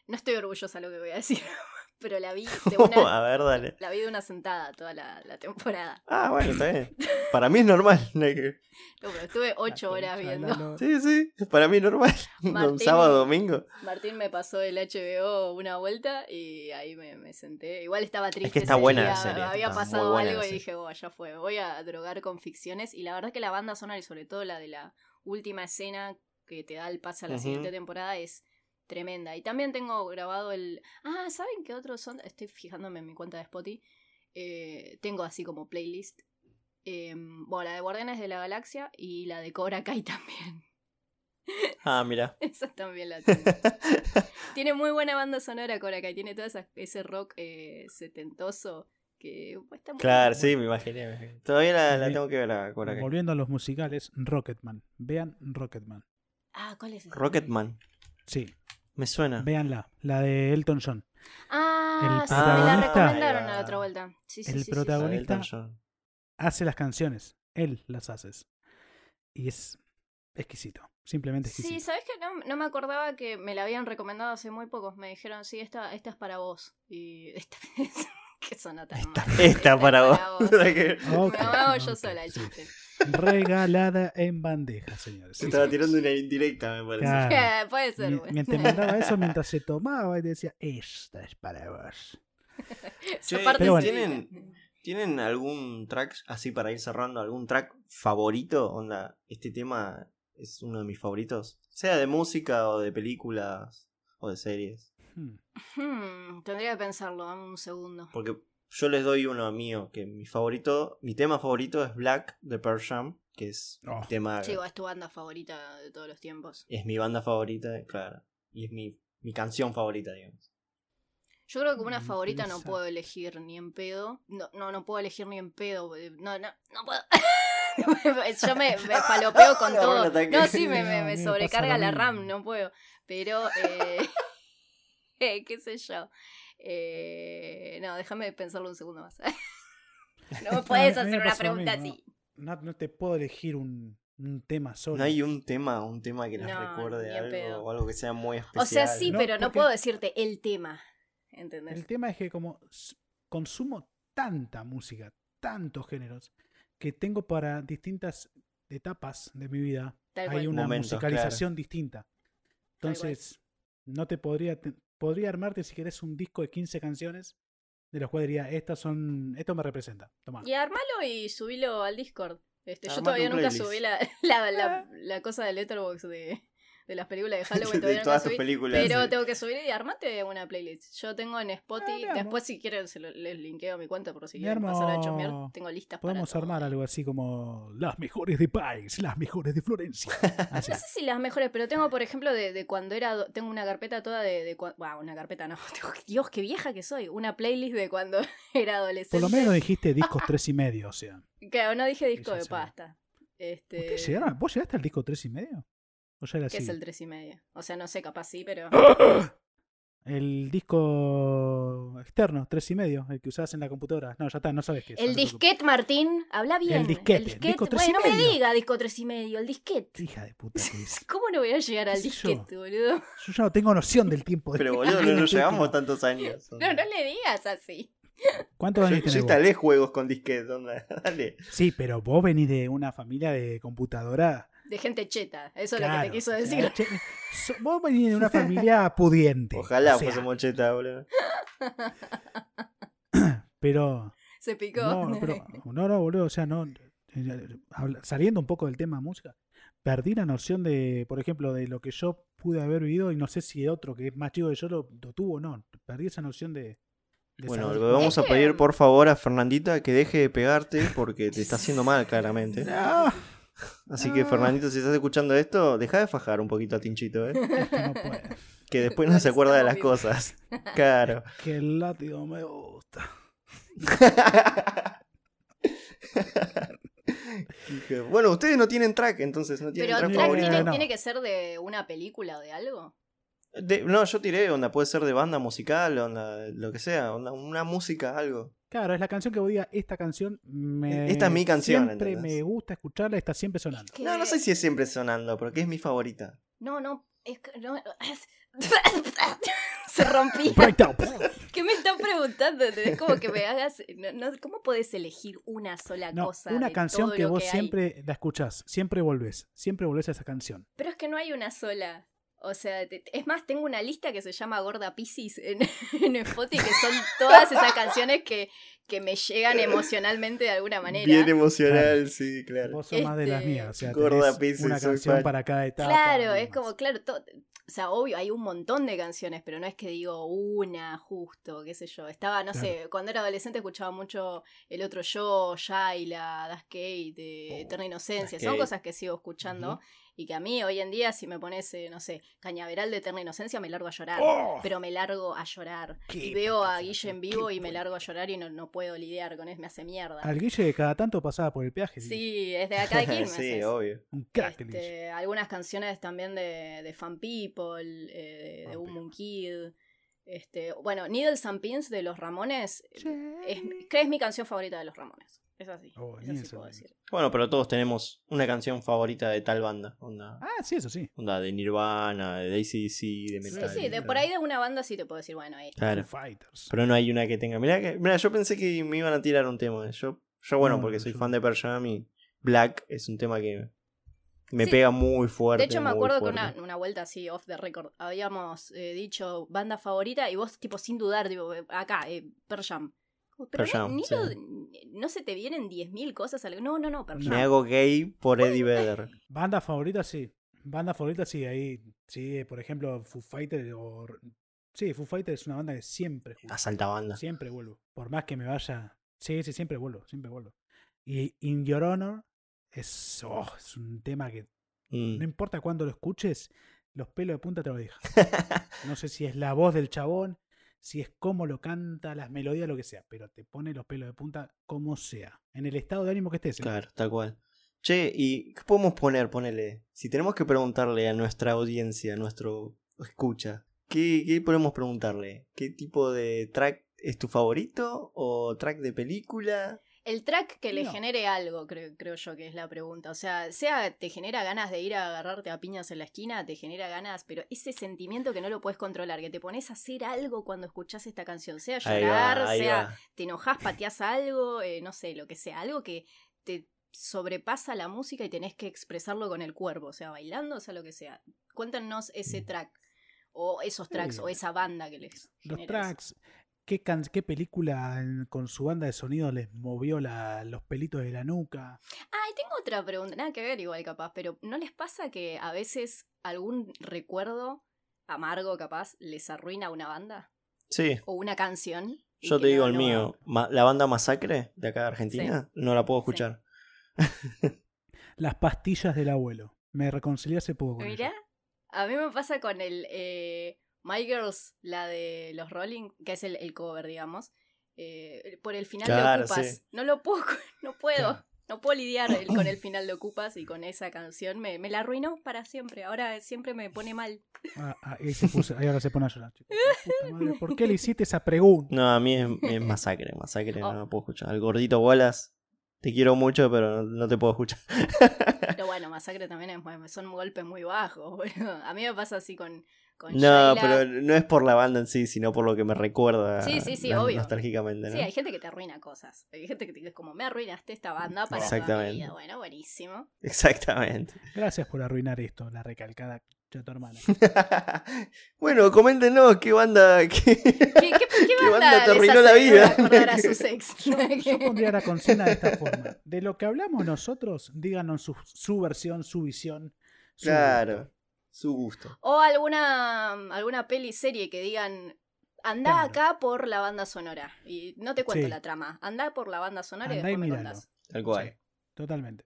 no estoy orgullosa de lo que voy a decir. [LAUGHS] pero [LAUGHS] la vi de una, a ver, dale. la vi de una sentada toda la, la temporada. Ah, bueno, está bien. Para mí es normal. [LAUGHS] no hay que- No, pero estuve ocho horas viendo. Sí, sí, para mí es normal. [LAUGHS] Un Martín. sábado, [LAUGHS] domingo. Martín me pasó el HBO una vuelta y ahí me, me senté. Igual estaba triste. que está ese buena día, la serie, Había está muy pasado buena la algo y serie. dije, bueno, ya fue. Voy a drogar con ficciones. Y la verdad que la banda sonora y sobre todo la de la última escena que te da el pase a la Ujú. siguiente temporada es tremenda. Y también tengo grabado el. Ah, ¿saben qué otros son? Estoy fijándome en mi cuenta de Spotify. Eh, tengo así como playlist. Em, bueno, la de Guardianes de la Galaxia y la de Cobra Kai [LAUGHS] también. Ah, mira. [LAUGHS] Esa también la tengo. [LAUGHS] Tiene muy buena banda sonora Cobra Kai, tiene todo esa- ese rock eh, setentoso que uh, está muy Claro, bueno. sí, me imaginé. me imaginé. Todavía la, la Volvi- tengo que ver a Cobra Kai. Volviendo a los musicales, Rocketman. Vean Rocketman. Ah, ¿cuál es? esa? Rocketman, Sí, me suena. véanla. La de Elton John. Ah, El sí, me la protagonista. recomendaron Ahí a va. la otra vuelta. Sí, sí, sí, sí, El sí. La de protagonista. Elton John. Hace las canciones. Él las hace. Y es exquisito. Simplemente Sí, exquisito. sabes que no, no me acordaba que me la habían recomendado hace muy pocos. Me dijeron, sí, esta, esta es para vos. Y [LAUGHS] esta que sonó tan mal. [LAUGHS] Esta [LAUGHS] para vos. [LAUGHS] Ok, Me lo hago yo ok, sola el sí. chiste. Regalada en bandeja, señores. Sí, Estaba sí. tirando una indirecta, me parece. Claro. Eh, [LAUGHS] Puede ser, Mi- güey. [LAUGHS] Mientras mandaba eso, mientras se tomaba y decía, esta es para vos. Esa Che, parte Pero sí. bueno. ¿tienen- ¿Tienen algún track, así para ir cerrando, algún track favorito? Onda, este tema es uno de mis favoritos. Sea de música o de películas o de series. Hmm. Hmm, tendría que pensarlo, dame un segundo. Porque yo les doy uno mío, que mi favorito, mi tema favorito es Black de Pearl Jam, que es Oh. mi tema, Chico, es tu banda favorita de todos los tiempos. es mi banda favorita, claro. Y es mi, mi canción favorita, digamos. Yo creo que una Mm, favorita no esa. puedo elegir ni en pedo. No, no, no puedo elegir ni en pedo. eh, No, no, no puedo. [LAUGHS] Yo me, me falopeo con Le agarró un todo. ataque. No, sí, me, me, No, a mí me me sobrecarga pasa la lo RAM, mismo. no puedo. Pero, eh, [LAUGHS] eh, qué sé yo. Eh, no, déjame pensarlo un segundo más. [LAUGHS] No me puedes a mí hacer me una pasó lo pregunta mismo. así. No, no te puedo elegir un, un tema solo. No hay un tema, un tema que las No, recuerde ni en algo pedo. o algo que sea muy especial. O sea, sí, No, pero no porque- puedo decirte el tema. ¿Entendés? El tema es que como s- consumo tanta música, tantos géneros, que tengo para distintas etapas de mi vida, Tal hay cual. una Momentos, musicalización distinta. Tal cual. Entonces, no te podría, te- podría armarte si querés un disco de 15 canciones, de las cuales diría, estas son, esto me representa. Toma. Y armalo y subilo al Discord. Este, yo Armate todavía un nunca playlist. subí la, [LAUGHS] la, Ah. la- la cosa de Letterboxd de, de las [LAUGHS] películas de Halloween. de todavía nunca todas sus subí, películas. pero sí. tengo que subir y armate una playlist. Yo tengo en Spotify. Ah, veamos. después, si quieren, se lo- les linkeo mi cuenta por si Me quieren pasar a armo- chusmear. Tengo listas Podemos para todo. armar algo así como las mejores de País, las mejores [LAUGHS] de Florencia. Así. No sé si las mejores, pero tengo, por ejemplo, de, de cuando era. do- Tengo una carpeta toda de. de cua- Buah, una carpeta no. [LAUGHS] Dios, qué vieja que soy. Una playlist de cuando [LAUGHS] era adolescente. Por lo menos dijiste discos tres y medio, o sea. Claro, no dije disco ya de se ve. pasta. Este... ¿Ustedes llegaron? ¿Vos llegaste al disco tres y medio? ¿O ya era ¿Qué así? es el tres y medio? O sea, no sé, capaz sí, pero. Ah, [GASPS] El disco externo, tres y medio, el que usabas en la computadora. No, ya está, no sabes qué es. no El te preocupes. disquete, Martín, habla bien. El disquete, El disquete. disco tres y Bueno, no me medio. diga disco tres y medio, el disquete. Hija de puta que es. [LAUGHS] ¿Cómo no voy a llegar ¿Qué al sé yo? Ah. disquete, boludo? Yo ya no tengo noción del tiempo. [LAUGHS] de- Pero boludo, [LAUGHS] no, no llevamos Yo- tantos años. No, onda. no le digas así. ¿Cuántos yo, años yo tenés vos? instalé juegos con disquete, onda. [LAUGHS] Dale. Sí, pero vos venís de una familia de computadora. De gente cheta, eso es lo que Claro, te quiso o sea, decir. [LAUGHS] che, so- vos venís de una familia pudiente. Ojalá o sea, fuésemos cheta, boludo. Pero Se picó. No, [LAUGHS] pero, no, no, boludo, o sea, no. eh, habla- Saliendo un poco del tema música, perdí la noción de, por ejemplo, de lo que yo pude haber vivido y no sé si otro que es más chico que yo lo, lo tuvo o no. Perdí esa noción de. de Bueno, saber- le vamos [LAUGHS] a Es que- pedir por favor a Fernandita que deje de pegarte porque te está haciendo mal, claramente. No, Así que, Fernandito, si estás escuchando esto, deja de fajar un poquito a Tinchito, ¿eh? es que [LAUGHS] no puedo. Que después no se acuerda de las cosas. Claro. Que el látigo me gusta. bueno, ustedes no tienen track, entonces no tienen Pero track track favorito. tiene, no. tiene que ser de una película o de algo. De- no, yo tiré, onda, puede ser de banda musical, onda, lo que sea, onda, una música, algo. Claro, es la canción que voy a esta canción me. E, Esta es mi canción, Siempre ¿entendés? [LAUGHS] me gusta escucharla, está siempre sonando. Que- No, no sé si es siempre sonando, porque es mi favorita. No, no, Es que no- [LAUGHS] se rompía. Breakdown. ¿Qué me están preguntando? Es como que me hagas. no- no- ¿Cómo puedes elegir una sola No, cosa? una de canción todo que lo vos hay? siempre la escuchás, siempre volvés, siempre volvés a esa canción. Pero es que no hay una sola. O sea, te- es más, tengo una lista que se llama Gorda Pisces en, [LAUGHS] en Spotify, que son todas esas canciones que, que me llegan emocionalmente de alguna manera. Bien emocional, Claro. sí, claro. Vos sos más de las Este, mías, o sea, Gorda tenés Pisces, una soy canción fan. para cada etapa. Claro, y es demás. como, claro, to- o sea, obvio, hay un montón de canciones, pero no es que digo una justo, qué sé yo. Estaba, no sé, cuando era adolescente escuchaba mucho El Otro Yo, Shaila, Das Kate, eh, Eterna Inocencia. Oh, Das Son Kate. cosas que sigo escuchando Ujú. y que a mí hoy en día, si me pones, eh, no sé, Cañaveral de Eterna Inocencia, me largo a llorar. Oh. Pero me largo a llorar. Qué y veo a puta, Guille en vivo y me largo a llorar y no, no puedo lidiar con eso, me hace mierda. Al Guille de cada tanto pasaba por el peaje. Guille. Sí, es de acá [LAUGHS] de Quilmes. sí, es. obvio. Un crack el Guille. Este, algunas canciones también de, de Fan People, eh, de, de Fan Moon Kid. Este, bueno, Needles and Pins de los Ramones eh, es, creo que es mi canción favorita de los Ramones. Es así. Oh, es así Needles puedo and Pins. decir. Bueno, pero todos tenemos una canción favorita de tal banda. Onda, Ah, sí, eso sí. onda de Nirvana, de ACDC, de Sí, Metallica. sí, de por ahí de una banda sí te puedo decir, bueno, ahí. Claro. Foo Fighters. Pero no hay una que tenga. Mirá, que, mirá, yo pensé que me iban a tirar un tema. Yo, yo bueno, No, porque no, soy yo- fan de Pearl Jam y Black es un tema que me Sí. pega muy fuerte. De hecho, me muy acuerdo fuerte. que una, una vuelta así, off the record, habíamos eh, dicho banda favorita y vos, tipo, sin dudar, tipo, eh, acá, eh, Pearl Jam. Pero Pearl no- Jam, ni sí. lo- no se te vienen 10.000 cosas. al- No, no, no, Pearl Me Jam. hago gay por Eddie Vedder. Banda favorita, sí. Banda favorita, sí. Ahí, sí, eh, por ejemplo, Foo Fighters. O... Sí, Foo Fighters es una banda que siempre escucho. Asalta banda. Siempre vuelvo. Por más que me vaya. Sí, sí, siempre vuelvo, siempre vuelvo. Y In Your Honor es, oh, es un tema que Mm. no importa cuándo lo escuches, los pelos de punta te lo [LAUGHS] dejan. No sé si es la voz del chabón, si es cómo lo canta, las melodías, lo que sea, pero te pone los pelos de punta como sea. En el estado de ánimo que estés. ¿eh? Claro, tal cual. Che, ¿y qué podemos poner? Ponele. Si tenemos que preguntarle a nuestra audiencia, a nuestro escucha, ¿qué, qué podemos preguntarle? ¿Qué tipo de track es tu favorito? ¿O track de película? El track que le No. genere algo, creo, creo yo que es la pregunta. O sea, sea te genera ganas de ir a agarrarte a piñas en la esquina, te genera ganas, pero ese sentimiento que no lo puedes controlar, que te pones a hacer algo cuando escuchas esta canción, sea Ahí llorar, va, ahí sea va. te enojas, pateas algo, eh, no sé, lo que sea, algo que te sobrepasa la música y tenés que expresarlo con el cuerpo, o sea, bailando, o sea, lo que sea. Cuéntanos ese track, o esos tracks, Eh, Sí. o esa banda que les genera Los eso. tracks. ¿Qué, can- qué película en- con su banda de sonido les movió la- los pelitos de la nuca? Ah, y tengo otra pregunta, nada que ver igual capaz, pero ¿no les pasa que a veces algún recuerdo amargo capaz les arruina una banda Sí, o una canción? Y yo que te digo no- el no- mío. Ma- la banda Masacre de acá de Argentina, no la puedo escuchar. Las pastillas del abuelo. Me reconcilié hace poco con Mirá, ella. a mí me pasa con el eh, My Girls, la de los Rolling, que es el, el cover, digamos. eh, por el final Claro, de Ocupas. sí. No lo puedo, [LAUGHS] no puedo. Claro. No puedo lidiar el- con el final de Ocupas y con esa canción. Me, me la arruinó para siempre. Ahora siempre me pone mal. Ah, ah, ahí, se puso- ahí ahora se pone a llorar. chicos. Puta madre, ¿Por qué le hiciste esa pregunta? No, a mí es, es Masacre, Masacre, Oh. no la puedo escuchar. Al gordito Wallace, te quiero mucho, pero no, no te puedo escuchar. Pero bueno, Masacre también es, muy- son golpes muy bajos. [LAUGHS] boludo. a mí me pasa así con, con No, Shaila. pero no es por la banda en sí, sino por lo que me recuerda. Sí, sí, sí, no- obvio. Nostálgicamente, ¿no? Sí, hay gente que te arruina cosas. Hay gente que te es como, me arruinaste esta banda para toda mi Exactamente. vida. Bueno, buenísimo. Exactamente. [LAUGHS] Gracias por arruinar esto, la recalcada ya tu hermana. bueno, coméntenos qué banda. [LAUGHS] Qué... ¿Qué, qué, qué banda banda te les arruinó la hace vida? acordar [LAUGHS] a sus ex? Yo, [LAUGHS] yo pondría la consigna de esta forma. De lo que hablamos nosotros, díganos su, su versión, su visión. su claro, gusto. su gusto. O alguna, alguna peli serie que digan, andá Claro. acá por la banda sonora. Y no te cuento Sí. la trama. Andá por la banda sonora Andá y y después me míralo. contás. Tal cual. Sí, totalmente.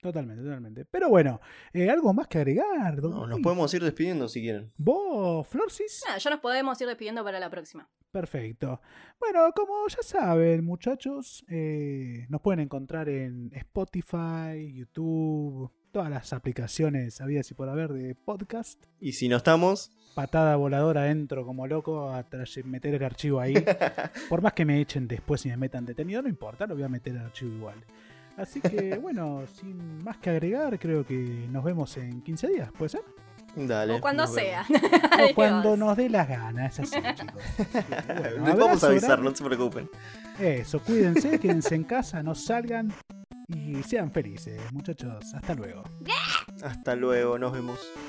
Totalmente, totalmente. Pero bueno, eh, algo más que agregar. don No, nos Luis? podemos ir despidiendo si quieren. ¿Vos, Florcis? Nada, ya nos podemos ir despidiendo para la próxima. Perfecto. Bueno, como ya saben, muchachos, eh, nos pueden encontrar en Spotify, YouTube, todas las aplicaciones habidas y por haber de podcast. Y si no estamos, Patada voladora adentro como loco a tra- meter el [LAUGHS] archivo ahí. Por más que me echen después y me metan detenido, no importa, lo voy a meter al archivo igual. [LAUGHS] Así que bueno, sin más que agregar, creo que nos vemos en 15 días, ¿puede ser? Dale. o cuando nos vemos. sea. [LAUGHS] O Adiós. cuando nos dé las ganas, es [LAUGHS] así, chicos. Bueno, Les vamos abrazo, a avisar, grande. no se preocupen. Eso, [LAUGHS] cuídense, quédense en casa, no salgan y sean felices, muchachos. Hasta luego. Hasta luego, nos vemos.